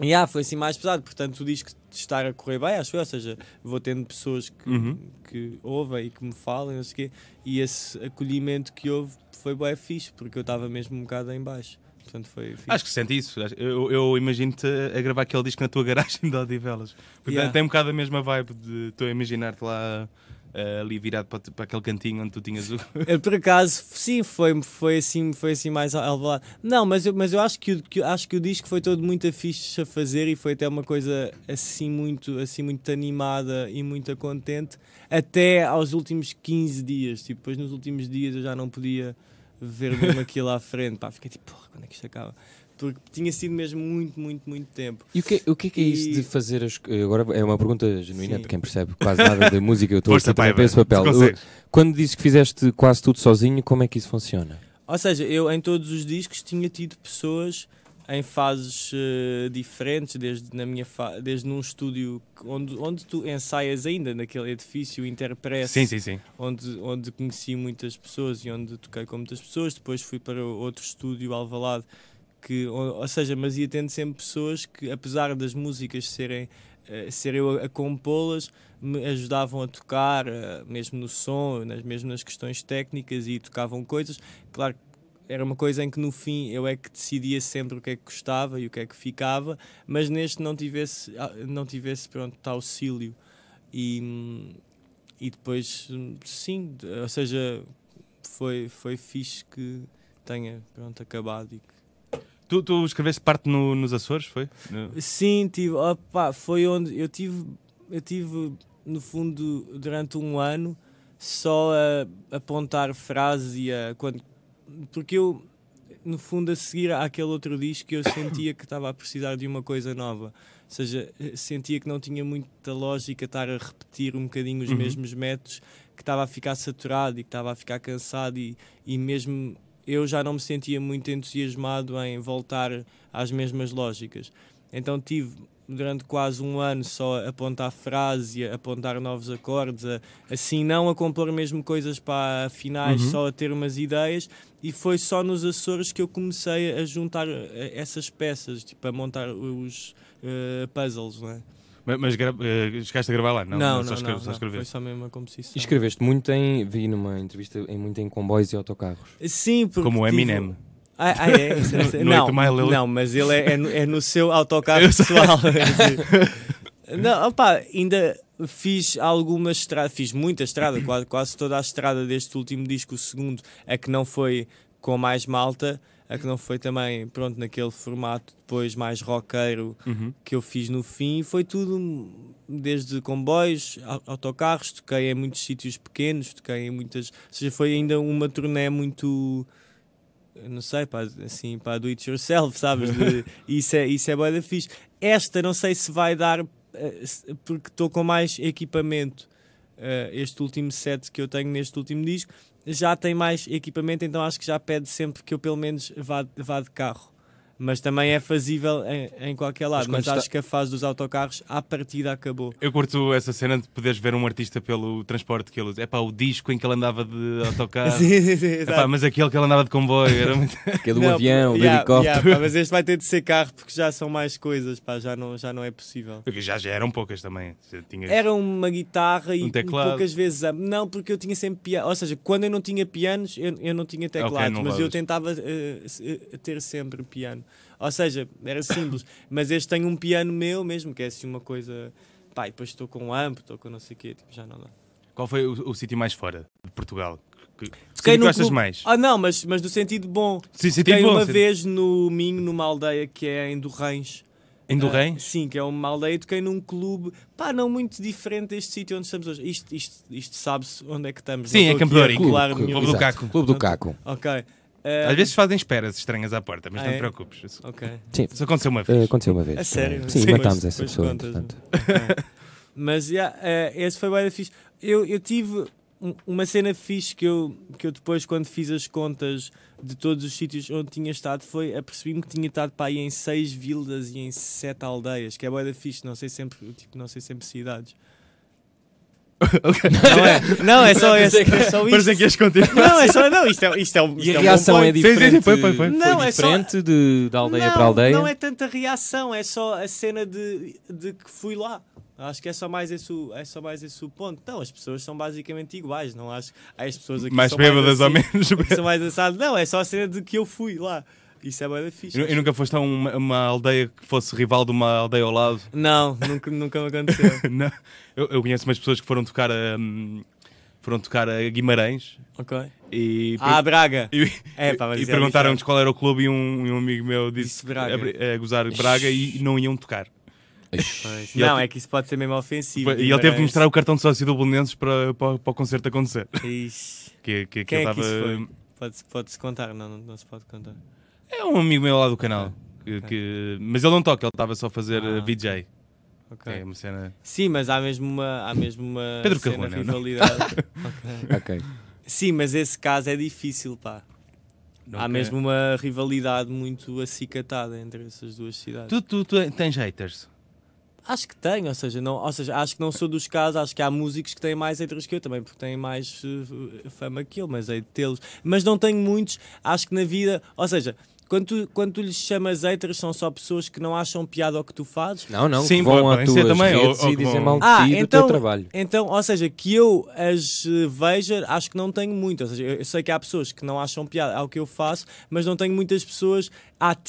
e ah, foi assim mais pesado, portanto o disco estar a correr bem, acho eu, ou seja, vou tendo pessoas que,
Uhum.
que ouvem e que me falam, não sei o quê, e esse acolhimento que houve foi bem fixe, porque eu estava mesmo um bocado em baixo. Portanto, foi fixe.
Acho que sente isso. Acho- Eu, eu imagino-te a gravar aquele disco na tua garagem de Odivelas. Portanto,
Yeah.
tem um bocado a mesma vibe de estou a imaginar-te lá eh, ali virado para, tu- para aquele cantinho onde tu tinhas o.
Eu, por acaso, sim, foi, foi, assim, foi assim mais elevado. Não, mas eu, mas eu acho, que, o- que, acho que o disco foi todo muito fixe a fazer e foi até uma coisa assim muito, assim muito animada e muito contente até aos últimos 15 dias. Tipo, depois nos últimos dias eu já não podia ver mesmo aquilo à frente. Pá, fiquei tipo, porra, quando é que isto acaba? Porque tinha sido mesmo muito, muito, muito tempo.
E o que, o que é que é isso
E-
de fazer as. Agora é uma pergunta genuína
Sim.
de quem percebe quase nada de música. Eu estou
Força,
aqui também
Paiva,
para esse papel.
se
Eu-
consegues.
quando dizes que fizeste quase tudo sozinho, como é que isso funciona?
Ou seja, eu em todos os discos tinha tido pessoas em fases eh, diferentes, desde, na minha fa desde num estúdio que- onde, onde tu ensaias ainda, naquele edifício Interpress,
Sim, sim, sim.
Onde, onde conheci muitas pessoas e onde toquei com muitas pessoas. Depois fui para o outro estúdio, Alvalade, que, ou, ou seja, mas ia tendo sempre pessoas que, apesar das músicas serem eh, ser eu a, a compô-las, me ajudavam a tocar, eh, mesmo no som, nas, mesmo nas questões técnicas e tocavam coisas. Claro que era uma coisa em que no fim eu é que decidia sempre o que é que gostava e o que é que ficava, mas neste não tivesse, ah, não tivesse pronto, tal auxílio. E, hum, e depois, hum, sim, de- ou seja, foi, foi fixe que tenha pronto, acabado e que
Tu, tu escreveste parte no- nos Açores, foi? No-
Sim, tive. Opa, foi onde eu tive, eu tive no fundo durante um ano só a apontar frases e a quando porque eu no fundo a seguir àquele outro disco eu sentia que estava a precisar de uma coisa nova. Ou seja, eh, sentia que não tinha muita lógica estar a repetir um bocadinho os mesmos métodos, que estava a ficar saturado e que estava a ficar cansado e, e mesmo eu já não me sentia muito entusiasmado em voltar às mesmas lógicas. Então tive durante quase um ano só a apontar frase, a apontar novos acordes, a, assim não a compor mesmo coisas para finais,
Uhum.
só a ter umas ideias e foi só nos Açores que eu comecei a juntar eh, essas peças, tipo a montar os eh, puzzles, não é?
Mas, mas gra- eh, chegaste a gravar lá? Não, só, escre- só
foi
escreveste.
só mesmo a composição.
E escreveste muito em. Vi numa entrevista em muito em comboios e autocarros.
Sim, porque
Como o
tive-
Eminem.
Ah, ah, é? Isso é- isso é-
No
não,
Eight Mile ele-
não, mas ele é, é no, é no seu autocarro pessoal. não, opá, ainda fiz alguma estrada, fiz muita estrada, quase, quase toda a estrada deste último disco, o segundo, a que não foi com mais malta, a que não foi também, pronto, naquele formato depois mais roqueiro que eu fiz no fim, foi tudo desde comboios, au- autocarros, toquei em muitos sítios pequenos, toquei em muitas, ou seja, foi ainda uma turnê muito eu não sei, pá, assim, pá, do it yourself, sabes? De- isso é, isso é bué da fixe. Esta não sei se vai dar, eh, se- porque estou com mais equipamento. Eh, este último set que eu tenho neste último disco já tem mais equipamento, então acho que já pede sempre que eu pelo menos vá, vá de carro. Mas também é fazível em, em qualquer lado.
quando
Mas,
está-
acho que a fase dos autocarros, à partida, acabou.
Eu curto essa cena de poderes ver um artista pelo transporte que ele usa. É pá, o disco em que ele andava de
Ah.
autocarro.
Sim, sim, sim,
Epá,
exato.
mas aquele que ele andava de comboio era muito.
Aquele é do
Não,
avião, do
yeah,
helicóptero.
yeah, pá, mas este vai ter de ser carro porque já são mais coisas, pá, já, não, já não é possível.
Porque já, já eram poucas também. Já tinhas-
Era uma guitarra e
Um teclado.
poucas vezes. a- Não, porque eu tinha sempre piano. Ou seja, quando eu não tinha pianos, eu, eu não tinha teclados,
não
mas eu
levas.
tentava eh, se- eh, ter sempre piano. Ou seja, era simples. mas este tem um piano meu mesmo, que é assim uma coisa. Pá, e depois estou com um amp, estou com não sei o quê, tipo, já não dá.
Qual foi o, o sítio mais fora de Portugal? Que, que, o
Toquei
sítio que
no
gostas
clube-
mais?
Ah, não, mas, mas no sentido bom.
Sim, tipo sítio
Toquei
bom,
uma
sim.
vez no Minho, numa aldeia que é em Dorrens.
Em
Ah,
Dorém?
Sim, que é uma aldeia. Toquei num clube, pá, não muito diferente deste sítio onde estamos hoje. Isto, isto, isto sabe-se onde é que estamos.
Sim,
não
é
estou
Campo
aqui a
Douro,
Clube,
revelar
clube,
Clube
nenhum-
do
exato.
Caco.
Clube do Caco.
Ok.
Às vezes fazem esperas estranhas à porta, mas
Ah,
não
é?
te preocupes. Isso,
Ok.
Sim,
isso aconteceu uma vez.
eh, aconteceu uma vez.
A sério?
Sim,
Sim,
matámos
pois-
essa
pois
pessoa,
contas.
entretanto.
Mas yeah, eh, esse foi bem fixe. Eu, eu tive um- uma cena fixe que eu, que eu depois, quando fiz as contas de todos os sítios onde tinha estado, foi apercebi-me que tinha estado para aí em seis vilas e em sete aldeias, que é bem fixe, não sei sempre, tipo, não sei sempre cidades. Não é, não, é só, é, é só
Parecem que
isto.
as contas.
Não, é só, não, isto é, isto é, um-
E
isto é
a
um bom
reação é
point.
Sim, sim, sim,
diferente,
foi, foi, foi.
Não,
Não, é só-
diferente de, da aldeia
não,
para aldeia?
Não é tanta reação, é só a cena de, de que fui lá. Acho que é só mais esse, o- é só mais esse o ponto. Não, as pessoas são basicamente iguais, não acho. Há as pessoas aqui que
Mais
são
bêbadas ou
mais assim,
menos.
que são mais assadas. Não, é só a cena de que eu fui lá. Isso é bem fixe.
E nunca foste a uma, uma aldeia que fosse rival de uma aldeia ao lado?
Não, nunca, nunca me aconteceu.
Não. Eu, eu conheço umas pessoas que foram tocar a, hum, Foram tocar a Guimarães
Ok.
e,
Ah, Braga.
e,
É, pá, mas
e
isso é
perguntaram-nos
lixado.
qual era o clube e um, e um amigo meu disse
Disse Braga.
a br- a gozar Braga e não iam tocar.
Pois,
E ele
Não,
te-
é que isso pode ser mesmo ofensivo. tipo,
E ele teve de mostrar o cartão de sócio do Belenenses para, para, para o concerto acontecer.
Ixi.
Que, que, que
Quem
ele
é que isso
tava- hum,
foi? Pode-se pode-se contar, não, não, não se pode contar.
É um amigo meu lá do canal. que- que- mas ele não toca, ele estava só a fazer
Ah.
eh, VJ.
Ok. Ah,
É uma cena.
Sim, mas há mesmo uma, há mesmo uma
Pedro
cena
Carvalho, não? é?
rivalidade. Ok.
Ok.
Sim, mas esse caso é difícil, pá. Há
Ok.
mesmo uma rivalidade muito acicatada entre essas duas cidades.
Tu, tu, tu tens haters.
Acho que tenho, ou seja, não, ou seja, acho que não sou dos casos, acho que há músicos que têm mais haters que eu também, porque têm mais eh, fama que eu, mas hei de tê-los. Mas não tenho muitos, acho que na vida, ou seja, quando tu, quando tu lhes chamas haters, são só pessoas que não acham piada ao que tu fazes.
Não, não,
Sim,
que vão
pode-
à
pode
tua
ser também, ou-
redes
ou
e
que
dizem
vão-
mal de
Ah,
ti e do
então-
teu trabalho.
Então, ou seja, que eu as eh, veja, acho que não tenho muito. Ou seja, eu, eu sei que há pessoas que não acham piada ao que eu faço, mas não tenho muitas pessoas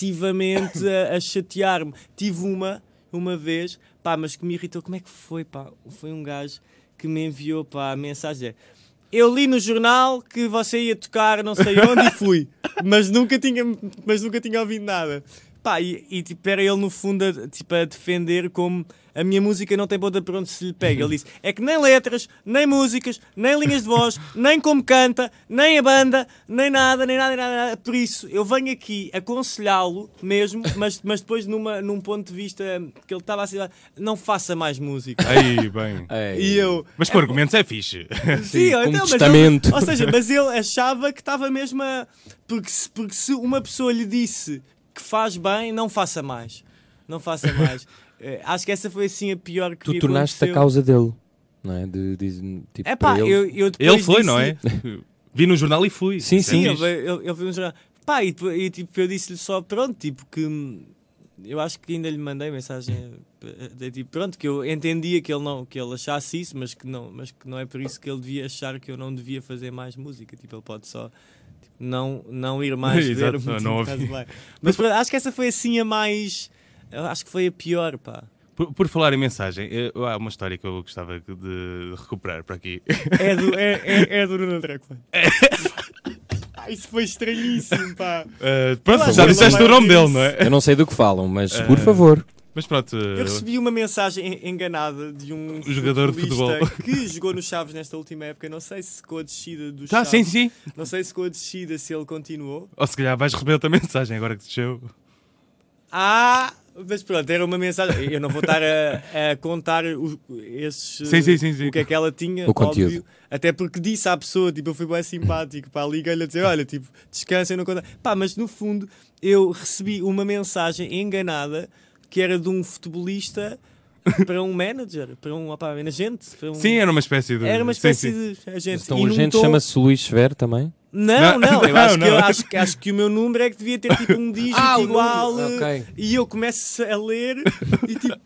ativamente a, a chatear-me. Tive uma, uma vez, pá, mas que me irritou. Como é que foi, pá? Foi um gajo que me enviou, pá, a mensagem. Eu li no jornal que você ia tocar não sei onde e fui, mas nunca tinha, mas nunca tinha ouvido nada. Pá, e, e, tipo, era ele no fundo a, tipo, a defender como a minha música não tem ponta para onde se lhe pega. Ele disse: é que nem letras, nem músicas, nem linhas de voz, nem como canta, nem a banda, nem nada, nem nada, nem nada. nem nada. Por isso, eu venho aqui aconselhá-lo mesmo, mas, mas depois numa, num ponto de vista que ele estava assim: não faça mais música.
Aí, bem.
E eu,
Mas com argumentos é fixe.
Sim,
Sim,
ou
um
então, mas
testamento.
ele- ou seja, mas ele achava que estava mesmo a. Porque se, porque se uma pessoa lhe disse que faz bem, não faça mais. Não faça mais. Eh, Acho que essa foi assim a pior que
Tu
me
tornaste-te a
aconteceu.
causa dele, não é? De, de- tipo,
É pá,
para ele-
eu, eu depois.
Ele foi,
disse-
não é? Vi no jornal e fui.
Sim,
Isso é
sim.
fixe.
Ele, veio- ele, ele veio no jornal. Pá, e, depois- e, tipo, eu disse-lhe só, pronto, tipo, que. hum, Eu acho que ainda lhe mandei mensagem. eh, de tipo, pronto, que eu entendia que ele, não, que ele achasse isso, mas que, não, mas que não é por isso que ele devia achar que eu não devia fazer mais música. Tipo, ele pode só. tipo, Não, não ir mais ver
Exato,
muito,
não
no caso
ouvi.
bem. Mas pronto, acho que essa foi assim a mais. eu Acho que foi a pior, pá.
Por, por falar em mensagem, eh, há uma história que eu gostava de recuperar para aqui.
É do, é, é, é do Nuno Drácula. Ah, isso foi estranhíssimo, pá.
Eh, pronto,
Olá,
já
olá,
disseste
olá,
o nome
Deus.
dele, não é?
Eu não sei do que falam, mas por
Eh,
favor.
Mas pronto. eh,
Eu recebi uma mensagem en- enganada de um
Jogador de futebol.
futebolista que jogou no Chaves nesta última época. Não sei se com a descida do
Tá, sim,
Chaves.
sim.
Não sei se com a descida se ele continuou.
Ou se calhar vais receber outra mensagem agora que desceu.
Ah, mas pronto, era uma mensagem. Eu não vou estar a, a contar o, esses,
Sim, sim, sim, sim.
o que é que ela tinha.
O conteúdo.
óbvio. Até porque disse à pessoa, tipo, eu fui bem simpático, pá, liguei-lhe a dizer, olha, tipo, descansa, eu não conto. Pá, mas no fundo, eu recebi uma mensagem enganada que era de um futebolista para um manager, para um, opá, agente. Para um...
Sim, era uma espécie de.
Era uma
sim,
espécie
sim.
de agente.
Então
E
o
num
gente
tom-
chama-se Luís Ver também.
Não, não,
Não,
eu acho,
não,
Que, eu
não.
acho, que- acho que o meu número é que devia ter tipo um dígito
Ah, o
igual.
número,
eh,
ok.
E eu começo a ler e tipo.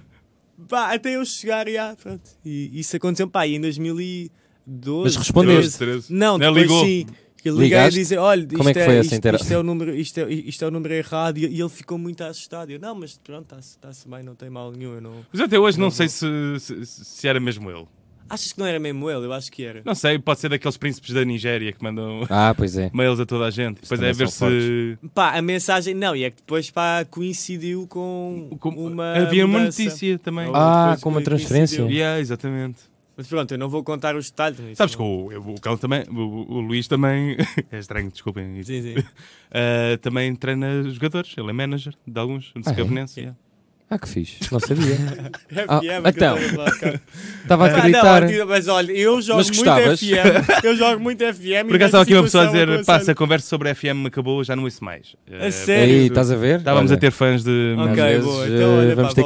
pá, até eu chegar e ah, pronto. E isso aconteceu, pá, e em 2012.
Mas respondeste.
13.
12, 13. Não,
Não, depois
ligou.
sim. Eu liguei a
Ligaste?
dizer, olha, isto,
Como é que foi
é,
essa
isto,
intera-
isto é o número, isto, é, isto é o número errado e, e ele ficou muito assustado. Eu, não, mas pronto, está-se tá-se bem, não tem mal nenhum. Eu não...
Mas até hoje não sei se, se, se era mesmo ele.
Achas que não era mesmo ele? Eu acho que era.
Não sei, pode ser daqueles príncipes da Nigéria que mandam
Ah, pois é.
mails a toda a gente. Depois é
também
a ver
são
se.
Pá, a mensagem. Não, e é que depois pá, coincidiu com,
com-
uma.
Havia uma
mudança.
notícia também.
Ou
Ah,
depois
com uma
que
transferência.
coincidiu.
Yeah, exatamente.
Mas pronto, eu não vou contar os detalhes. mas
Sabes que
isso não-
o, o Cão também, o, o Luís também, é estranho, desculpem, isso.
Sim, sim.
Ah, também treina jogadores, ele é manager de alguns, do
Ah, é?
Secavenense. yeah.
Ah, que fixe. Não sabia. Ah,
FM, que É eu
então.
estava a falar, cara.
Estava a
Ah, não,
acreditar.
mentira, mas olha, eu jogo
Mas
muito
gostavas?
FM. Eu jogo muito FM.
Por acaso estava aqui uma pessoa a dizer, pá, se a conversa sobre a FM me acabou, já não ouço mais. Ah,
sério?
Aí,
porque
estás a ver?
Estávamos
Olha,
a ter fãs de...
Ok,
às vezes,
boa. Então, olha,
eh, vamos
pá,
ter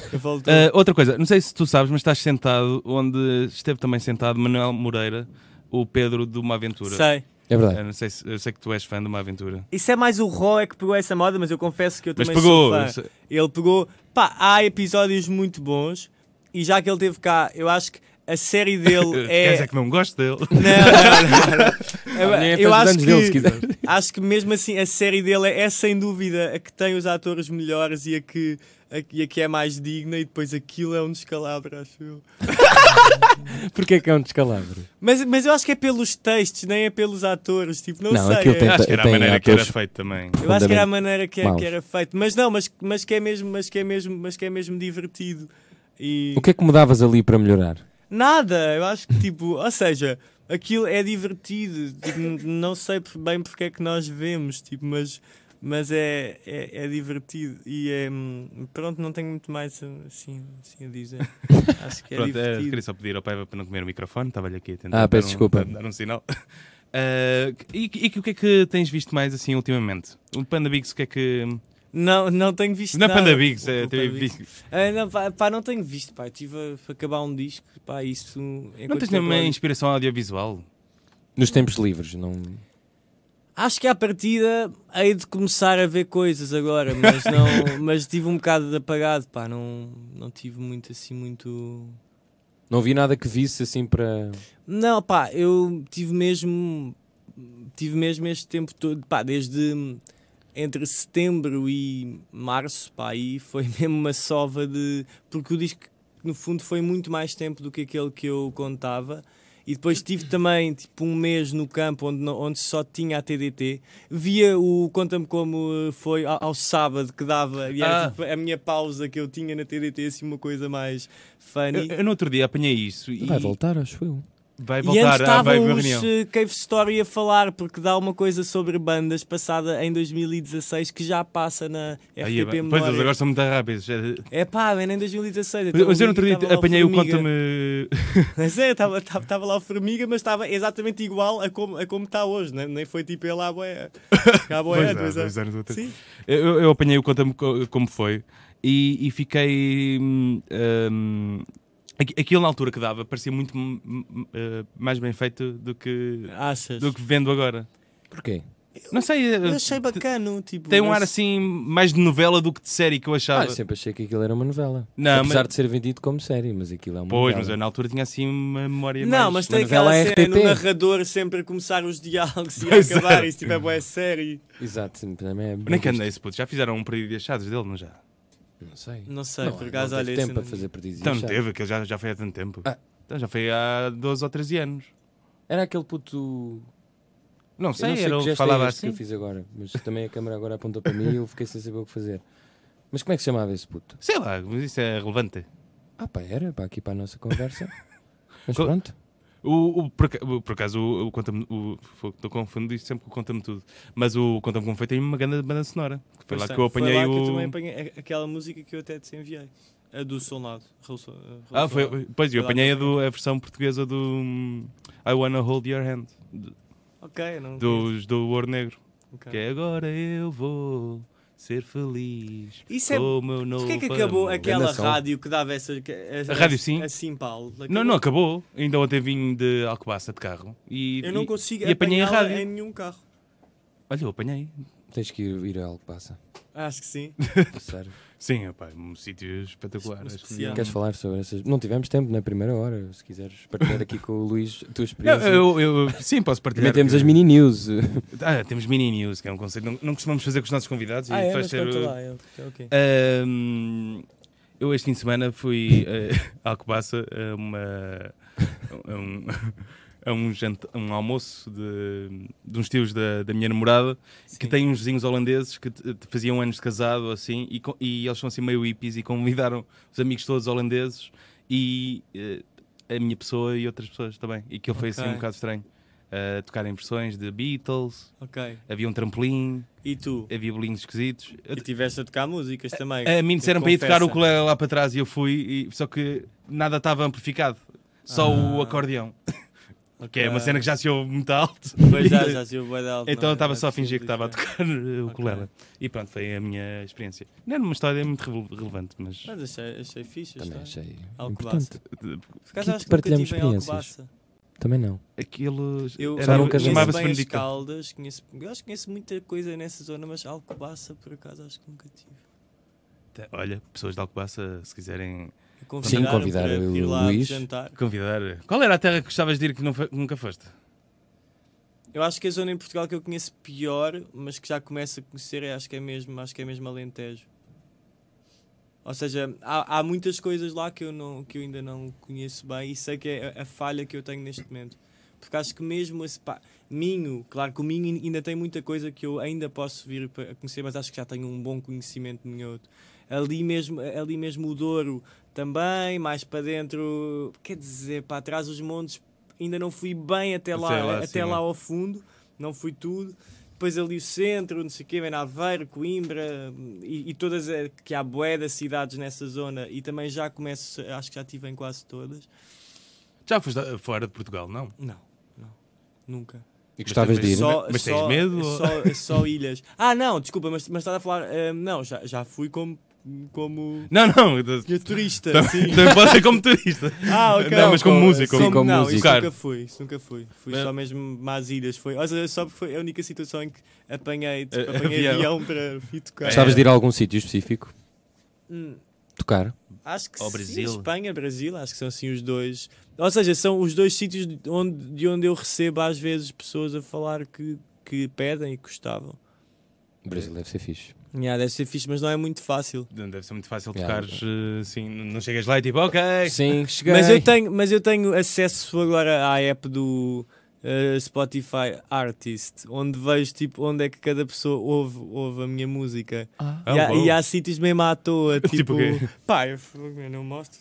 que
voltou.
manter.
Ah, outra coisa, não sei se tu sabes, mas estás sentado onde esteve também sentado Manuel Moreira, o Pedro de Uma Aventura.
Sei.
É
Ah,
verdade.
não sei se- eu sei que tu és fã de Uma Aventura.
Isso é mais o Ró é que pegou essa moda, mas eu confesso que eu
Mas
também
pegou,
sou fã.
isso-
Ele pegou... Pá, há episódios muito bons e já que ele teve cá, eu acho que a série dele
Quer
é...
dizer que não gosto dele?
Não, não, não, não.
Nem é festa
Eu,
de
acho
anos dele, se
que,
quiser.
acho que mesmo assim a série dele é, é sem dúvida a que tem os atores melhores e a que, a- e a que é mais digna, e depois aquilo é um descalabro, acho eu.
Porquê que é um descalabro?
Mas, mas eu acho que é pelos textos, nem é pelos atores, tipo, não,
Não,
sei.
aquilo
é-
tem-
Acho que era a
tem
maneira que era
aqueles-
feito também.
Eu acho que era a
Fundamento-
maneira que,
maus.
que era feito. Mas não, mas, mas que é mesmo, mas que é mesmo, mas que é mesmo divertido. E
O que é que mudavas ali para melhorar?
nada, eu acho que tipo, ou seja, aquilo é divertido. Tipo, n- não sei por- bem porque é que nós vemos, tipo, mas mas é, é, é divertido e é hum, pronto, não tenho muito mais assim, assim a dizer. Acho que é
Pronto, eh,
divertido.
queria só pedir ao Paiva para não comer o microfone, estava-lhe aqui a tentar
Ah,
dar
peço
um,
desculpa.
dar um sinal. Eh, e, e o que é que tens visto mais assim ultimamente? O Panda Bigs, o que é que.
Não, não tenho visto
Não é
nada.
Panda Bigs, é
O Panda
TV
Bigs. Ah, não, pá, pá, não tenho visto, pá. Estive a acabar um disco, pá, isso.
Não
enquanto
tens
tempo
nenhuma
eu-
inspiração audiovisual?
Nos tempos livres, não.
Acho que à partida hei de começar a ver coisas agora, mas não. mas tive um bocado de apagado, pá. Não, não tive muito assim, muito.
Não vi nada que visse assim para.
Não, pá, eu tive mesmo. Tive mesmo este tempo todo, pá, desde entre setembro e março, pá, aí foi mesmo uma sova de. Porque o disco, no fundo, foi muito mais tempo do que aquele que eu contava. E depois tive também, tipo, um mês no campo onde, não- onde só tinha a TDT. Via o Conta-me Como eh, foi ao, ao sábado que dava. E era,
Ah.
tipo, a minha pausa que eu tinha na TDT, assim, uma coisa mais funny.
Eu, eu no outro dia apanhei isso e
Vai voltar, acho eu.
vai
E antes
voltar à vai
estavam
uma
os
reunião.
eh, Cave Story a falar, porque dá uma coisa sobre bandas passada em 2016 que já passa na
Aí,
RTP
pois eles
Memória.
agora são muito rápidos. É-
É pá, man, em 2016. então
Mas eu no outro dia
tava lá o
apanhei o eh,
Formiga.
conta-me.
Mas é, estava lá o Formiga, mas estava exatamente igual a como está como tá hoje, né? nem foi tipo ele à boia. À
Pois
boia,
é,
pois é.
dois anos atrás.
Sim.
Eu, eu apanhei o conta-me co- como foi e, e fiquei. hum, hum, aqu- aquilo na altura que dava parecia muito hum, hum, eh, mais bem feito do que,
Achas?
do que vendo agora.
Porquê?
Não sei.
Eu
eh,
achei bacana, tipo.
Tem um ar
mas-
assim mais de novela do que de série que eu
Ah,
achava.
eu sempre achei que aquilo era uma novela.
Não,
Apesar
mas-
de ser vendido como série, mas aquilo é uma
pois, mas eu
novela.
na altura tinha assim uma memória
Não,
mais.
mas
uma
tem aquela
novela
cena no
RTP.
narrador sempre a começar os diálogos e a
Pois é.
acabar, isso tipo é boa série.
Exato, sim, também é. bem
Onde é que
visto.
anda esse puto? Já fizeram um período de achados dele, não já?
Não sei.
Não sei, por
não
acaso,
teve
olha
tempo
isso.
para fazer perdidos. e
Então não
achados.
teve, aquele já, já foi há tanto tempo.
Ah.
Então já foi há 12 ou 13 anos.
Era aquele puto.
Não sei,
eu não sei
era
que
o que
gesto
falava
é este
assim.
que eu fiz agora, mas também a câmera agora apontou para mim e eu fiquei sem saber o que fazer. Mas como é que se chamava esse puto?
Sei lá, mas isso é relevante.
Ah, pá, era, pá, aqui para a nossa conversa. Mas
Co-
pronto.
O, o- por, aca- o- por acaso, o, o Conta-me. o- fo- Estou confundido isto sempre com o Conta-me Tudo. Mas o Conta-me Como Foi tem uma grande banda sonora. que Foi
Pois
lá
tem.
que eu apanhei
foi lá
o.
que eu também apanhei a- aquela música que eu até te enviei. A do Solnado. Raul Sol- Raul
Ah,
Solnado.
foi, pois, eu
Foi lá
apanhei
que
a,
eu
do- a versão portuguesa do hum, I Wanna Hold Your Hand, do-
Ok, não.
dos, do Ouro Negro.
ok.
Que é agora eu vou ser feliz.
Isso é-
com o meu novo
Porquê é que acabou
amor.
aquela
Ganda som.
rádio que dava essa. que- é essa
A rádio Sim?
A Simpal? Acabou?
Não, não acabou. Ainda ontem vim de Alcobaça de carro. E,
Eu não
e-
consigo
e apanhei a
apanhá-la
rádio.
em nenhum carro.
Olha, eu apanhei.
Tens que ir, ir a algo que passa.
Acho que sim.
Sério.
Sim, opá, um sítio espetacular.
Es-
acho que-
especial.
Queres falar sobre essas. Não tivemos tempo na primeira hora, se quiseres partilhar aqui com o Luís a tua
Não,
experiência.
eu, eu- sim, posso partilhar.
Também temos
que-
as mini news.
Ah, temos mini news, que é um conceito. Não, não costumamos fazer com os nossos convidados.
Ah,
e
é,
faz
mas
ter,
conta
uh,
lá. é, é ok.
Ahm, eu este fim de semana fui eh, a Alcobaça a, uma- a um, a um, janta- a um almoço de, de uns tios da, da minha namorada que
Sim.
tem uns vizinhos holandeses que t- t- faziam anos de casado assim e, co- e eles são assim meio hippies e convidaram os amigos todos holandeses e eh, a minha pessoa e outras pessoas também e que ele foi assim
Ok.
um bocado estranho a tocarem versões de Beatles
Ok.
havia um trampolim
E tu?
havia bolinhos esquisitos
E tiveste a tocar músicas também.
É, a mim disseram para ir
Confessa.
tocar o ukulele lá para trás e eu fui, e- só que nada estava amplificado, só o acordeão, que é uma
Ah. Ok.
cena que já se ouve muito alto.
Pois já, já se ouve bué de alto,
Então
não é?
eu estava
Não é
só a fingir que
possível
estava a
dizer.
tocar o ukulele. E pronto, foi a minha experiência. Não era uma história muito rele- relevante, mas.
Mas achei, achei fixe.
Também
está.
achei.
Alcobaça.
Importante.
Por
Aqui
acaso acho que
partilhamos
partilhamos nunca tive em
experiências.
Alcobaça.
Também não.
Aquilo.
Eu,
era- um
nunca
eu
vi.
conheço
chamava-se
bem as
Benedicta.
Caldas, conheço, eu acho que conheço muita coisa nessa zona, mas Alcobaça por acaso acho que nunca tive.
Olha, pessoas de Alcobaça, se quiserem
Me convidaram
convidar
para
o
ir lá
Luís.
jantar.
convidar. Qual era a terra que gostavas de ir que não foi- nunca foste?
Eu acho que a zona em Portugal que eu conheço pior, mas que já começo a conhecer, é, acho que é mesmo, acho que é mesmo Alentejo. Ou seja, há, há muitas coisas lá que eu, não, que eu ainda não conheço bem e sei que é a, a falha que eu tenho neste momento. Porque acho que mesmo esse pá, Minho, claro que o Minho ainda tem muita coisa que eu ainda posso vir a conhecer, mas acho que já tenho um bom conhecimento de Minhoto. Ali mesmo, ali mesmo o Douro também, mais para dentro, quer dizer, para trás os montes, ainda não fui bem até lá,
Até lá
até
acima.
lá ao fundo, não fui tudo. Depois ali o centro, não sei o quê, vem Aveiro, Coimbra e, e todas, a- que há bué das cidades nessa zona e também já começo, acho que já estive em quase todas.
Já foste ah, fora de Portugal, não?
Não, não, nunca.
E gostavas de
também
ir?
só- mas tens medo ou-
Só, só ilhas. Ah, não, desculpa, mas, mas estás a falar. hum, não, já, já fui como. como...
Não, não. eu-
E turista, sim.
Também pode ser como turista.
Ah, ok.
Tá. Não, mas como
Como-
músico.
sim,
como-
como
não,
músico.
isso
Claro.
nunca fui, isso nunca fui. Fui
Mas-
só mesmo às ilhas. Foi, ou seja, só foi a única situação em que apanhei, tipo,
Eh,
apanhei
avião.
avião. para ir tocar.
Gostavas de ir a algum sítio específico?
Hum,
Tocar?
acho que
Ao
sim,
Brasil.
Espanha, Brasil, acho que são assim os dois. Ou seja, são os dois sítios de onde, de onde eu recebo às vezes pessoas a falar que, que pedem e que gostavam.
O Brasil deve ser fixe.
Yeah, deve ser fixe, mas não é muito fácil.
Não Deve ser muito fácil
Yeah. Ah,
tocares eh, assim. Não chegas lá e tipo, ok.
Sim, cheguei.
É. Mas eu, tenho, mas eu tenho acesso agora à app do eh, Spotify Artist, onde vejo tipo, onde é que cada pessoa ouve, ouve a minha música.
Ah,
e, há,
bom.
e há sítios mesmo à toa, tipo,
Tipo o quê?
pá, eu, f- eu não mostro.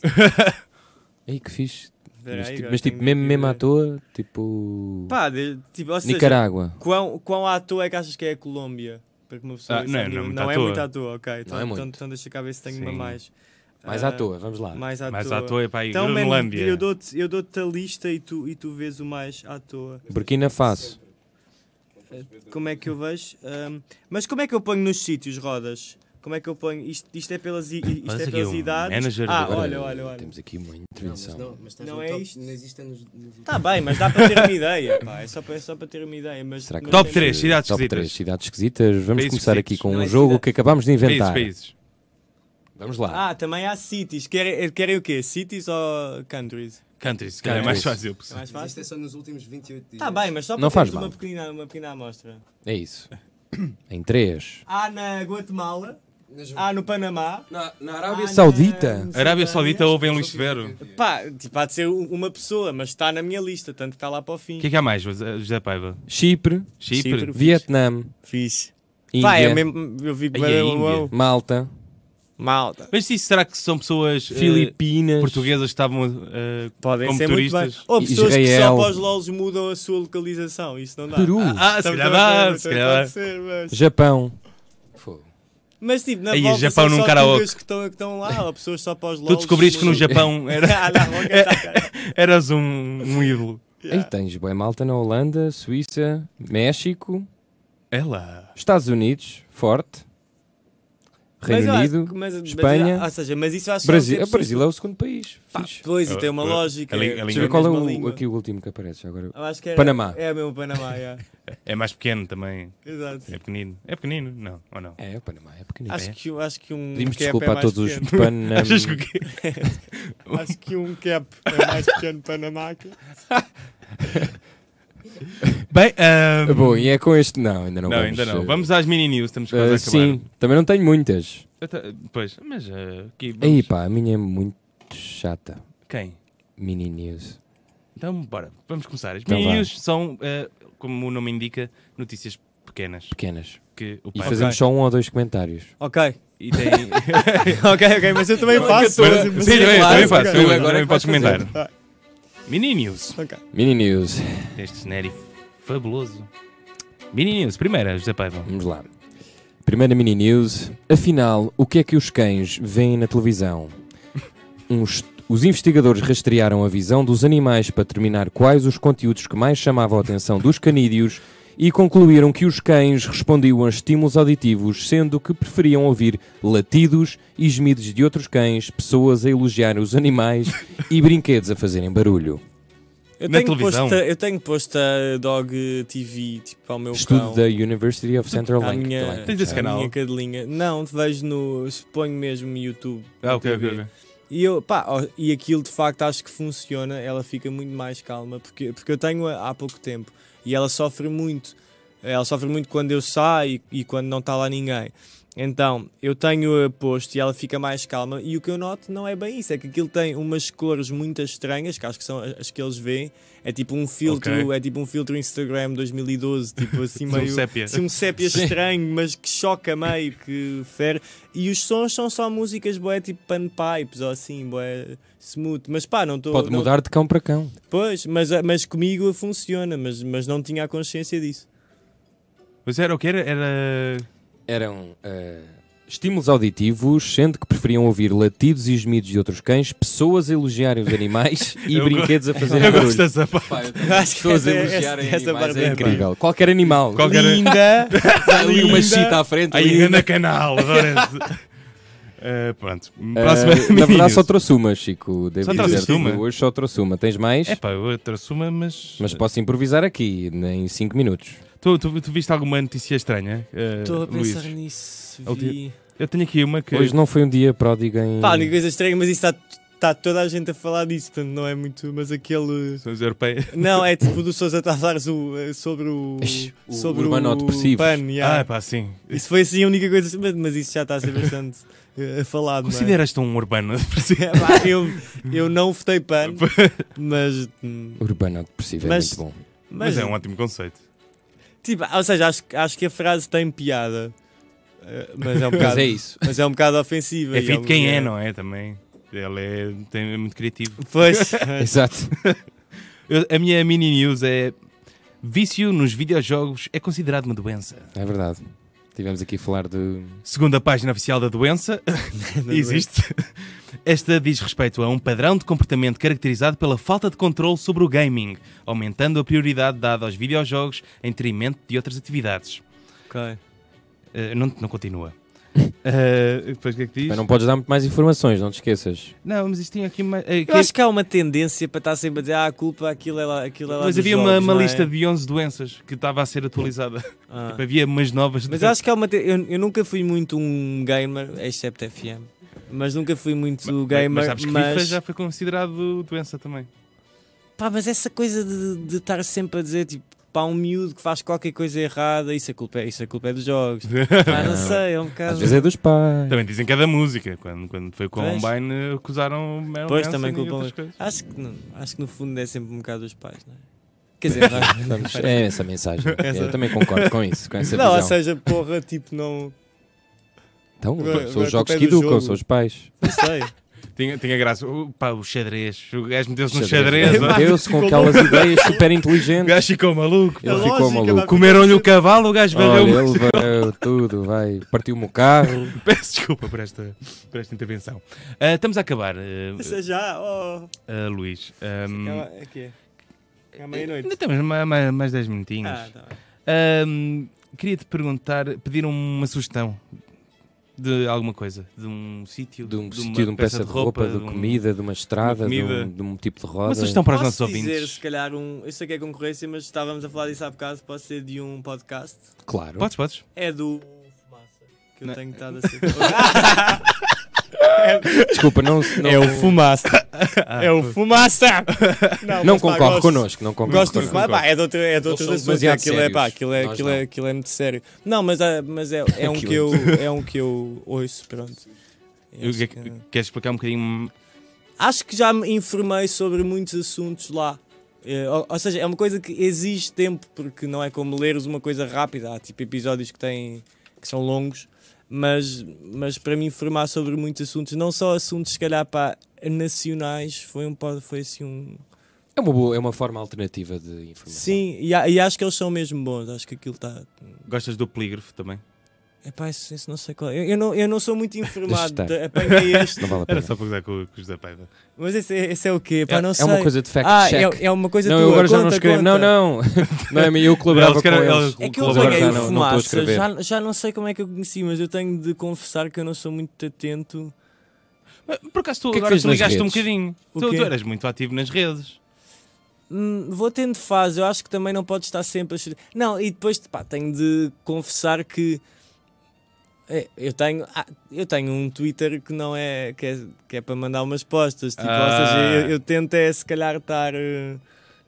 Ei, que fixe.
Espera
mas
aí,
tipo,
agora
mas, tipo,
tenho
mesmo,
que
mesmo à
ver.
toa, tipo.
Pá, de- tipo, ou seja,
Nicarágua.
quão, quão à toa é que achas que é a Colômbia? Para que uma pessoa
Ah, não é- não é muito à
é
toa.
muito à toa, ok. Então,
é muito.
então, então deixa cá ver se tenho
Sim.
uma mais.
Mais
Ah,
à toa, vamos lá.
Mais à
Mas
toa.
à toa é para aí.
Então, man,
Groenlândia.
eu dou-te eu dou-te a lista e tu, e tu vês o mais à toa.
Burkina Faso.
Como é que eu vejo? Ahm, mas como é que eu ponho nos sítios, Rodas? Como é que eu ponho? Isto, isto é pelas, i- isto
Mas
é
aqui
pelas
um
idades.
manager
Ah,
do-
olha, olha, olha.
Temos aqui uma
Não, mas
intervenção.
não, mas estás
Não
no
é
top,
isto? Tá
Não existe nos, nos...
Está bem, mas dá para ter uma ideia. pá. É, só para, é só para ter uma ideia. Mas,
Será que
mas
Top
tem-
três cidades
Top
esquisitas.
três cidades esquisitas. Vamos
Países
começar aqui
esquisitos.
com
Não
um
é
jogo
cidade.
que acabámos de
Países,
inventar.
países.
Vamos lá.
Ah, também há cities. Querem, querem o quê? Cities ou countries?
Countries, se calhar é
Countries.
mais fácil.
É
pessoal.
mais
Mas
fácil?
isto
Tá
é só nos últimos 28 dias.
Está bem, mas só
Não
para
faz
termos uma
mal.
pequena, uma pequena amostra.
É isso. Em três.
Há na Guatemala,
Nas-
há no Panamá.
Na, na
há
Arábia
na
Saudita.
Arábia
Cisjordânia.
Saudita houve em
é
Luís Severo.
Pá, tipo, há de ser u- uma pessoa, mas está na minha lista, tanto que está lá para o fim.
O que é que há mais, José José Paiva?
Chipre,
Chipre?
Chipre.
Vietnã,
Fixe.
Índia,
Pá, é mesmo, eu vi que
Ai, a
uau, uau.
Índia.
Malta,
Malta.
Mas isso será que são pessoas eh,
Filipinas.
portuguesas que estavam eh,
Podem
como
ser muito
turistas?
bem. Ou pessoas que
Israel.
só para os LOLs mudam a sua localização, isso não dá.
Peru,
Ah, se
Também-
calhar
também-
dá,
também
se calhar
pode
dá.
ser, mas...
Japão. Fogo.
mas tipo, na
Aí,
volta
Japão
são
num
só
karaoke.
tugas que estão, que estão lá, ou pessoas só para os
Tu
LOLs.
descobriste que no
mudam.
Japão era-
Ah, não, ok, tá, cara.
eras um, um ídolo.
Aí tens bem Malta na Holanda, Suíça, México, É
Ela.
Estados Unidos, forte. Reino
Mas eu acho-
Unido,
mas- mas-
Espanha,
ou seja, mas isso eu acho que
Brasil.
é
O Brasil é o segundo país. Fixe.
Pois, e tem uma
Ah,
lógica.
a li- a
é-
língua. Sim,
Deixa
é
eu ver
a
qual é
mesma
o,
língua.
aqui o último que aparece agora.
Eu acho que era-
Panamá.
É mesmo Panamá, yeah.
É mais pequeno também.
Exato.
É pequenino. É pequenino? Não, ou não?
É, o Panamá é pequenino.
Ah, Acho
é.
que, acho que um.
Pedimos
cap
desculpa
é
a
mais
todos os
pequeno.
Panam...
Achas que o quê?
Acho que um cap é mais pequeno Panamá. que-
Bem, eh, ahm,
Bom, e é com este. Não, ainda não
não,
vamos.
ainda não.
eh,
Vamos às mini news, estamos
eh,
quase a acabar.
sim, também não tenho muitas.
Até- Pois, mas eh, aqui vamos-
Aí pá, a minha é muito chata.
Quem?
Mini News.
Então, bora, vamos começar. As
Então
mini
vá.
news são, eh, como o nome indica, notícias pequenas.
Pequenas.
Que o
E
pai
fazemos só um ou dois comentários.
Ok.
e tem.
Ok, ok, mas eu também faço.
Mas-
mas-
sim,
mas-
também,
claro,
também faço.
ok.
Também,
é agora
também
é que
podes
vais
comentar.
fazer.
Mini News.
Ok.
Mini News.
Este genérico fabuloso. Mini News, primeira, José Paiva.
Vamos lá. Primeira mini news. Afinal, o que é que os cães veem na televisão? Uns- os investigadores rastrearam a visão dos animais para determinar quais os conteúdos que mais chamavam a atenção dos canídeos e concluíram que os cães respondiam a estímulos auditivos, sendo que preferiam ouvir latidos e gemidos de outros cães, pessoas a elogiar os animais e brinquedos a fazerem barulho.
Eu
Na
tenho
televisão.
posto- eu tenho posto a Dog TV tipo, ao meu
Estudo
cão.
da University of Central
à
Link.
minha-
Lanc-
Tens esse
à
canal?
minha cadelinha. Não, vejo no. Suponho mesmo no YouTube.
Ah, ok,
TV.
ok. ok.
E, eu, pá, ó, e aquilo de facto acho que funciona, ela fica muito mais calma, porque, porque eu tenho há há pouco tempo e ela sofre muito. Ela sofre muito quando eu saio e, e quando não está lá ninguém. Então, eu tenho a posto e ela fica mais calma. E o que eu noto não é bem isso, é que aquilo tem umas cores muito estranhas, que acho que são as as que eles veem. É tipo um filtro,
Ok.
é tipo um filtro Instagram 2012, tipo assim
Sim, um
meio
sépia.
assim, um sépia estranho, mas que choca meio, que fere. E os sons são só músicas boé tipo panpipes ou assim, boé smooth, mas pá, não estou
Pode mudar de cão para cão.
Pois, mas, mas comigo funciona, mas, mas não tinha a consciência disso.
Mas era o que era? Era.
Eram eh, estímulos auditivos, sendo que preferiam ouvir latidos e gemidos de outros cães, pessoas a elogiarem os animais e
Eu go-
brinquedos a fazerem
Eu gosto
barulho.
dessa parte.
Pá, eu tenho
Acho
Pessoas a
essa-
elogiarem
essa- essa
animais
parte
é
é
incrível. Qualquer animal.
Qualquer-
Linda!
Dá ali uma
Linda.
chita à frente.
Aí,
linda.
grande canal, adoro esse. Eh, pronto,
Eh,
próxima
na
menino.
verdade só trouxe uma, Chico. Devo
Só trouxeste
dizer-te.
uma?
Hoje só trouxe uma. Tens mais?
É pá, outra suma, mas.
Mas posso improvisar aqui né, em 5 minutos.
Tu, tu- tu viste alguma notícia estranha? eh,
Estou a
Luís?
pensar nisso.
É o dia-
Vi.
Eu tenho aqui uma que.
Hoje não foi um dia pródigo em...
Pá, a única coisa estranha, mas isso está tá toda a gente a falar disso, portanto não é muito. Mas aquele.
São os europeus.
Não, é tipo do Sousa Tavares o, eh, sobre o.
Ixi, o
sobre
urbanodepressivos.
PAN. yeah.
Ah, pá, sim.
Isso foi assim a única coisa. Mas, mas isso já está a ser bastante eh, falado,
assim
não é?
Consideras-te um urbano?
É, pá, eu, eu não votei PAN, mas. hum,
Urbano depressivo,
Mas-
é muito bom.
Mas é um ótimo conceito.
Tipo, ou seja, acho, que- acho que a frase tem piada. eh, Mas é
Mas
um bocado,
é isso.
mas é um bocado ofensiva.
É
e
feito de quem é,
um-
não é? Também. Ele é, tem- é muito criativo.
Pois.
Exato.
Eu- a minha mini news é. Vício nos videojogos é considerado uma doença.
É verdade. Tivemos aqui a falar de...
Segundo a página oficial da doença,
é?
existe. Esta diz respeito a um padrão de comportamento caracterizado pela falta de controle sobre o gaming, aumentando a prioridade dada aos videojogos em detrimento de outras atividades.
Ok.
Eh, não, não continua. Eh, depois o que é que diz?
Mas não podes dar muito mais informações, não te esqueças.
Não, mas isto tinha aqui uma. eh,
Eu
que-
acho que há uma tendência para estar sempre a dizer ah, a culpa, aquilo é lá, aquilo é lá
mas
dos
havia uma,
jogos,
uma
não é?
lista de 11 doenças que estava a ser atualizada.
Ah.
Tipo, havia umas novas.
Mas acho que há uma. te- Eu, eu nunca fui muito um gamer, excepto FM. Mas nunca fui muito gamer.
Mas
Mas,
sabes que FIFA já foi considerado doença também.
Pá, mas essa coisa de, de estar sempre a dizer tipo. Pá, um miúdo que faz qualquer coisa errada, isso a culpa é, isso a culpa é dos jogos. Ah, não sei, é um
Às
bocado.
vezes é dos pais.
Também dizem cada música. Quando, quando foi com o
Pois.
Combine, acusaram Marilyn
Pois,
Manson
também
e
culpam-
outras coisas.
Acho que, não, acho que no fundo é sempre um bocado dos pais, não é? Quer dizer, não é?
Vamos- É essa a mensagem. Eu também concordo com isso, com essa
não, é- ou
visão.
seja, porra, tipo, não.
Então,
Não é-
são
não é
os jogos
culpa
que
do
educam,
jogo.
são os pais.
Não sei.
Tinha, tinha graça. O, pá, o xadrez. O gajo meteu-se no
Xadrez.
xadrez. ó.
Meteu-se é com aquelas ideias super inteligentes.
O gajo ficou maluco.
Ele
É
ficou
lógica,
maluco.
vai ficar
Comeram-lhe o cavalo, o gajo
Olha,
valeu.
ele varreu tudo, vai. Partiu-me o carro.
Peço desculpa por esta, por esta intervenção. Ah, estamos a acabar, ah,
Essa já, oh.
ah, Luís. Ahm,
Calma, é que é? À meia-noite.
ainda temos ma- ma- mais, 10 minutinhos.
Ah, tá bem.
Ahm, Queria-te perguntar, pedir um, uma sugestão de alguma coisa, de um sítio,
De um
uma
sítio, de uma peça de roupa, de
um-
comida, de uma estrada, de
comida.
um, de um tipo de roda.
Uma sugestão para os
Posso
nossos
dizer,
ouvintes.
se calhar, um. Eu sei que é concorrência, mas estávamos a falar disso há bocado. Pode ser de um podcast.
Claro.
Podes, podes.
É do. Fumaça. Que eu
Não.
tenho estado a ser. Ah,
Desculpa, não, não,
Fumaça. é o Fumaça. Não,
não
mas, pá,
concorre
gosto-
connosco. Não concorre
Gosto de
connosco.
fumar, pá, é de outro, é de outro
são
assunto,
demasiado
aquilo é, pá,
sérios.
aquilo é,
Nós
aquilo
não.
é, aquilo é muito sério. Não, mas, ah, mas é, é um que eu, é um que eu ouço, pronto.
Eu-
Acho
que-
que-
Queres explicar um bocadinho?
Acho que já me informei sobre muitos assuntos lá. Eh, ou, ou seja, é uma coisa que exige tempo, porque não é como leres uma coisa rápida. Há tipo episódios que, têm, que são longos, mas, mas para me informar sobre muitos assuntos, não só assuntos, se calhar, pá, nacionais, foi, um, pod- foi assim um.
É uma, boa, é uma forma alternativa de informação.
Sim, e, a- e acho que eles são mesmo bons. Acho que aquilo está.
Gostas do polígrafo também?
Epá, isso, isso não sei qual. Eu, eu não, eu não sou muito informado.
estar.
de- Apanhei este.
Não vale a
Era
pena.
só para gozar com, com o José Paiva.
Mas esse, é- esse é o quê? Pá,
É-
não
É
sei.
uma coisa de
ah,
fact-check.
é, é uma coisa
não,
tua.
eu agora já não
Conta,
escrevo.
conta.
Não, não. Não é minha, eu colaborava
Eles
com
querem-
eles.
eles-
É que eu
Mas agora
apanhei
já
o
não- não
estou a
fumaça,
escrever.
já, já não sei como é que eu conheci, mas eu tenho de confessar que eu não sou muito atento.
Ah, Por acaso tu
O que é que
agora
fez
tu
nas
ligaste um
redes?
bocadinho.
O
Tu,
quê?
tu eras muito ativo nas redes.
Hum, vou tendo fase, eu acho que também não pode estar sempre a chorar. Não, e depois pá, tenho de confessar que é, eu tenho, ah, eu tenho um Twitter que não é que é, que é para mandar umas postas, tipo, ou seja,
Ah.
eu, eu tento é se calhar estar eh,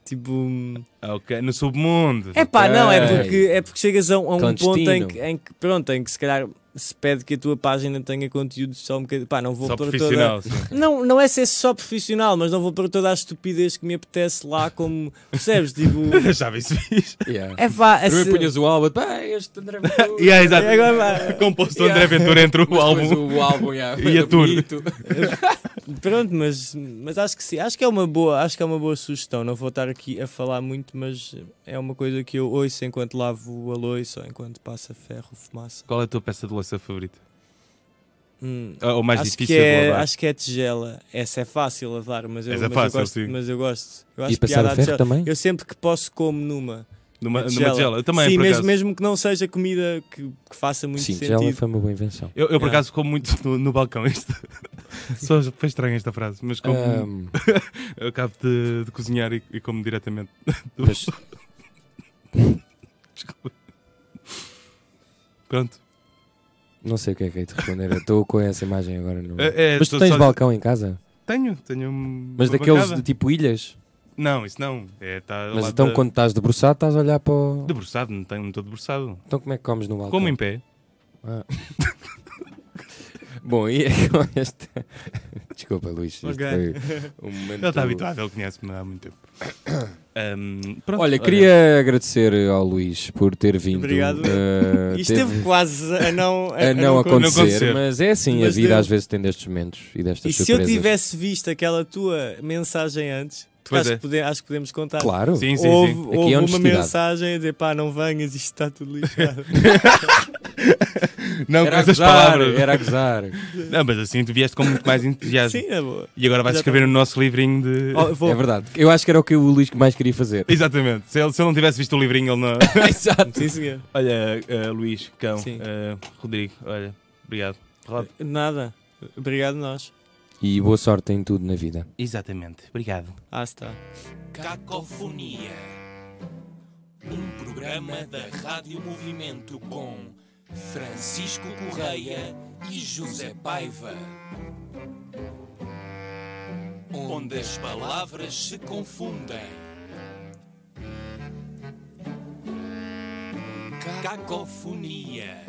tipo hum,
Ah, ok, no submundo.
É pá, não, é
Ok.
porque, é porque chegas a, um- a um ponto em
Clandestino.
que, em que, pronto, em que se calhar se pede que a tua página tenha conteúdo só um bocadinho. Pá, não vou
Só
pôr
profissional. sim.
toda. Não, não é ser só profissional, mas não vou pôr toda a estupidez que me apetece lá, como. Percebes? Tipo.
Achava isso fixe.
Yeah.
É vá, é
Primeiro
se-
punhas o álbum, pá, este André Ventura.
Yeah, exato.
E agora vai.
Composto do
Yeah.
André Ventura entre o
Mas depois
álbum.
O álbum, yeah,
E a
era
tour.
bonito.
Pronto, mas, mas acho que sim, acho que é uma boa, acho que é uma boa sugestão. Não vou estar aqui a falar muito, mas é uma coisa que eu ouço enquanto lavo a louça ou enquanto passa ferro, fumaça.
Qual é a tua peça de louça favorita? Ah,
Hum,
Ou mais
acho, que
difícil de
é,
lavar?
acho que é tigela. Essa é fácil lavar, mas eu,
Essa é
mas
fácil,
eu gosto.
sim.
Mas eu gosto. Eu
E
acho
passar
piada
a
à
ferro
tigela.
também?
Eu sempre que posso como numa.
Numa, numa
tigela.
tigela. Eu também,
sim,
por
mesmo,
acaso.
mesmo que não seja comida que, que faça muito
Sim, tigela
sentido.
foi uma boa invenção.
Eu, eu, por
Yeah.
acaso, como muito no, no balcão. Isto. Só foi estranha esta frase, mas como
Ah.
Ahm,
eu acabo de, de cozinhar e, e como diretamente.
mas
Pronto.
não sei o que é que é de responder. Eu Estou com essa imagem agora. No...
É, é,
Mas tu
tô
tens
só-
balcão em casa?
Tenho, tenho. um-
Mas
uma
daqueles
bancada.
de tipo ilhas?
Não, isso não. É, tá ao
Mas
lado
então
da-
quando estás debruçado estás a olhar para o...
Debruçado, não tenho- não estou debruçado.
Então como é que comes no balcão?
Como em pé.
Bom, e é com esta... Desculpa, Luís. Isto
Ok.
foi um momento...
Ele está habituado, ele conhece-me há muito tempo. Ahm, pronto,
Olha, queria agradecer ao Luís por ter vindo.
Obrigado.
eh,
Isto
teve-
teve quase a não, a-
a
a
não
con-
acontecer,
acontecer.
mas é assim, a
Mas
vida
deu.
às vezes tem destes momentos e destas
E se eu
surpresas.
tivesse visto aquela tua mensagem antes, porque
Pois
acho,
é.
que pode- acho que podemos contar.
Claro.
Sim, sim, sim.
houve
é
houve uma
honestidade.
mensagem a dizer pá, não venhas, isto está tudo lixado.
Não com
Era a
essas
gozar,
palavras.
era a gozar.
Não, mas assim tu vieste com muito mais entusiasmo.
Sim, é boa.
E agora vais escrever no nosso livrinho de.
Oh, vou-
É verdade. Eu acho que era o que o Luís mais queria fazer.
Exatamente. Se ele, se ele não tivesse visto o livrinho, ele não.
Exato.
Sim, senhor.
olha, eh, Luís, cão,
Sim.
eh, Rodrigo, olha, obrigado. Rob.
Nada. Obrigado, nós.
E boa sorte em tudo na vida.
Exatamente, obrigado.
Ah, está.
Cacofonia. Um programa da Rádio Movimento com Francisco Correia e José Paiva. Onde as palavras se confundem. Cacofonia.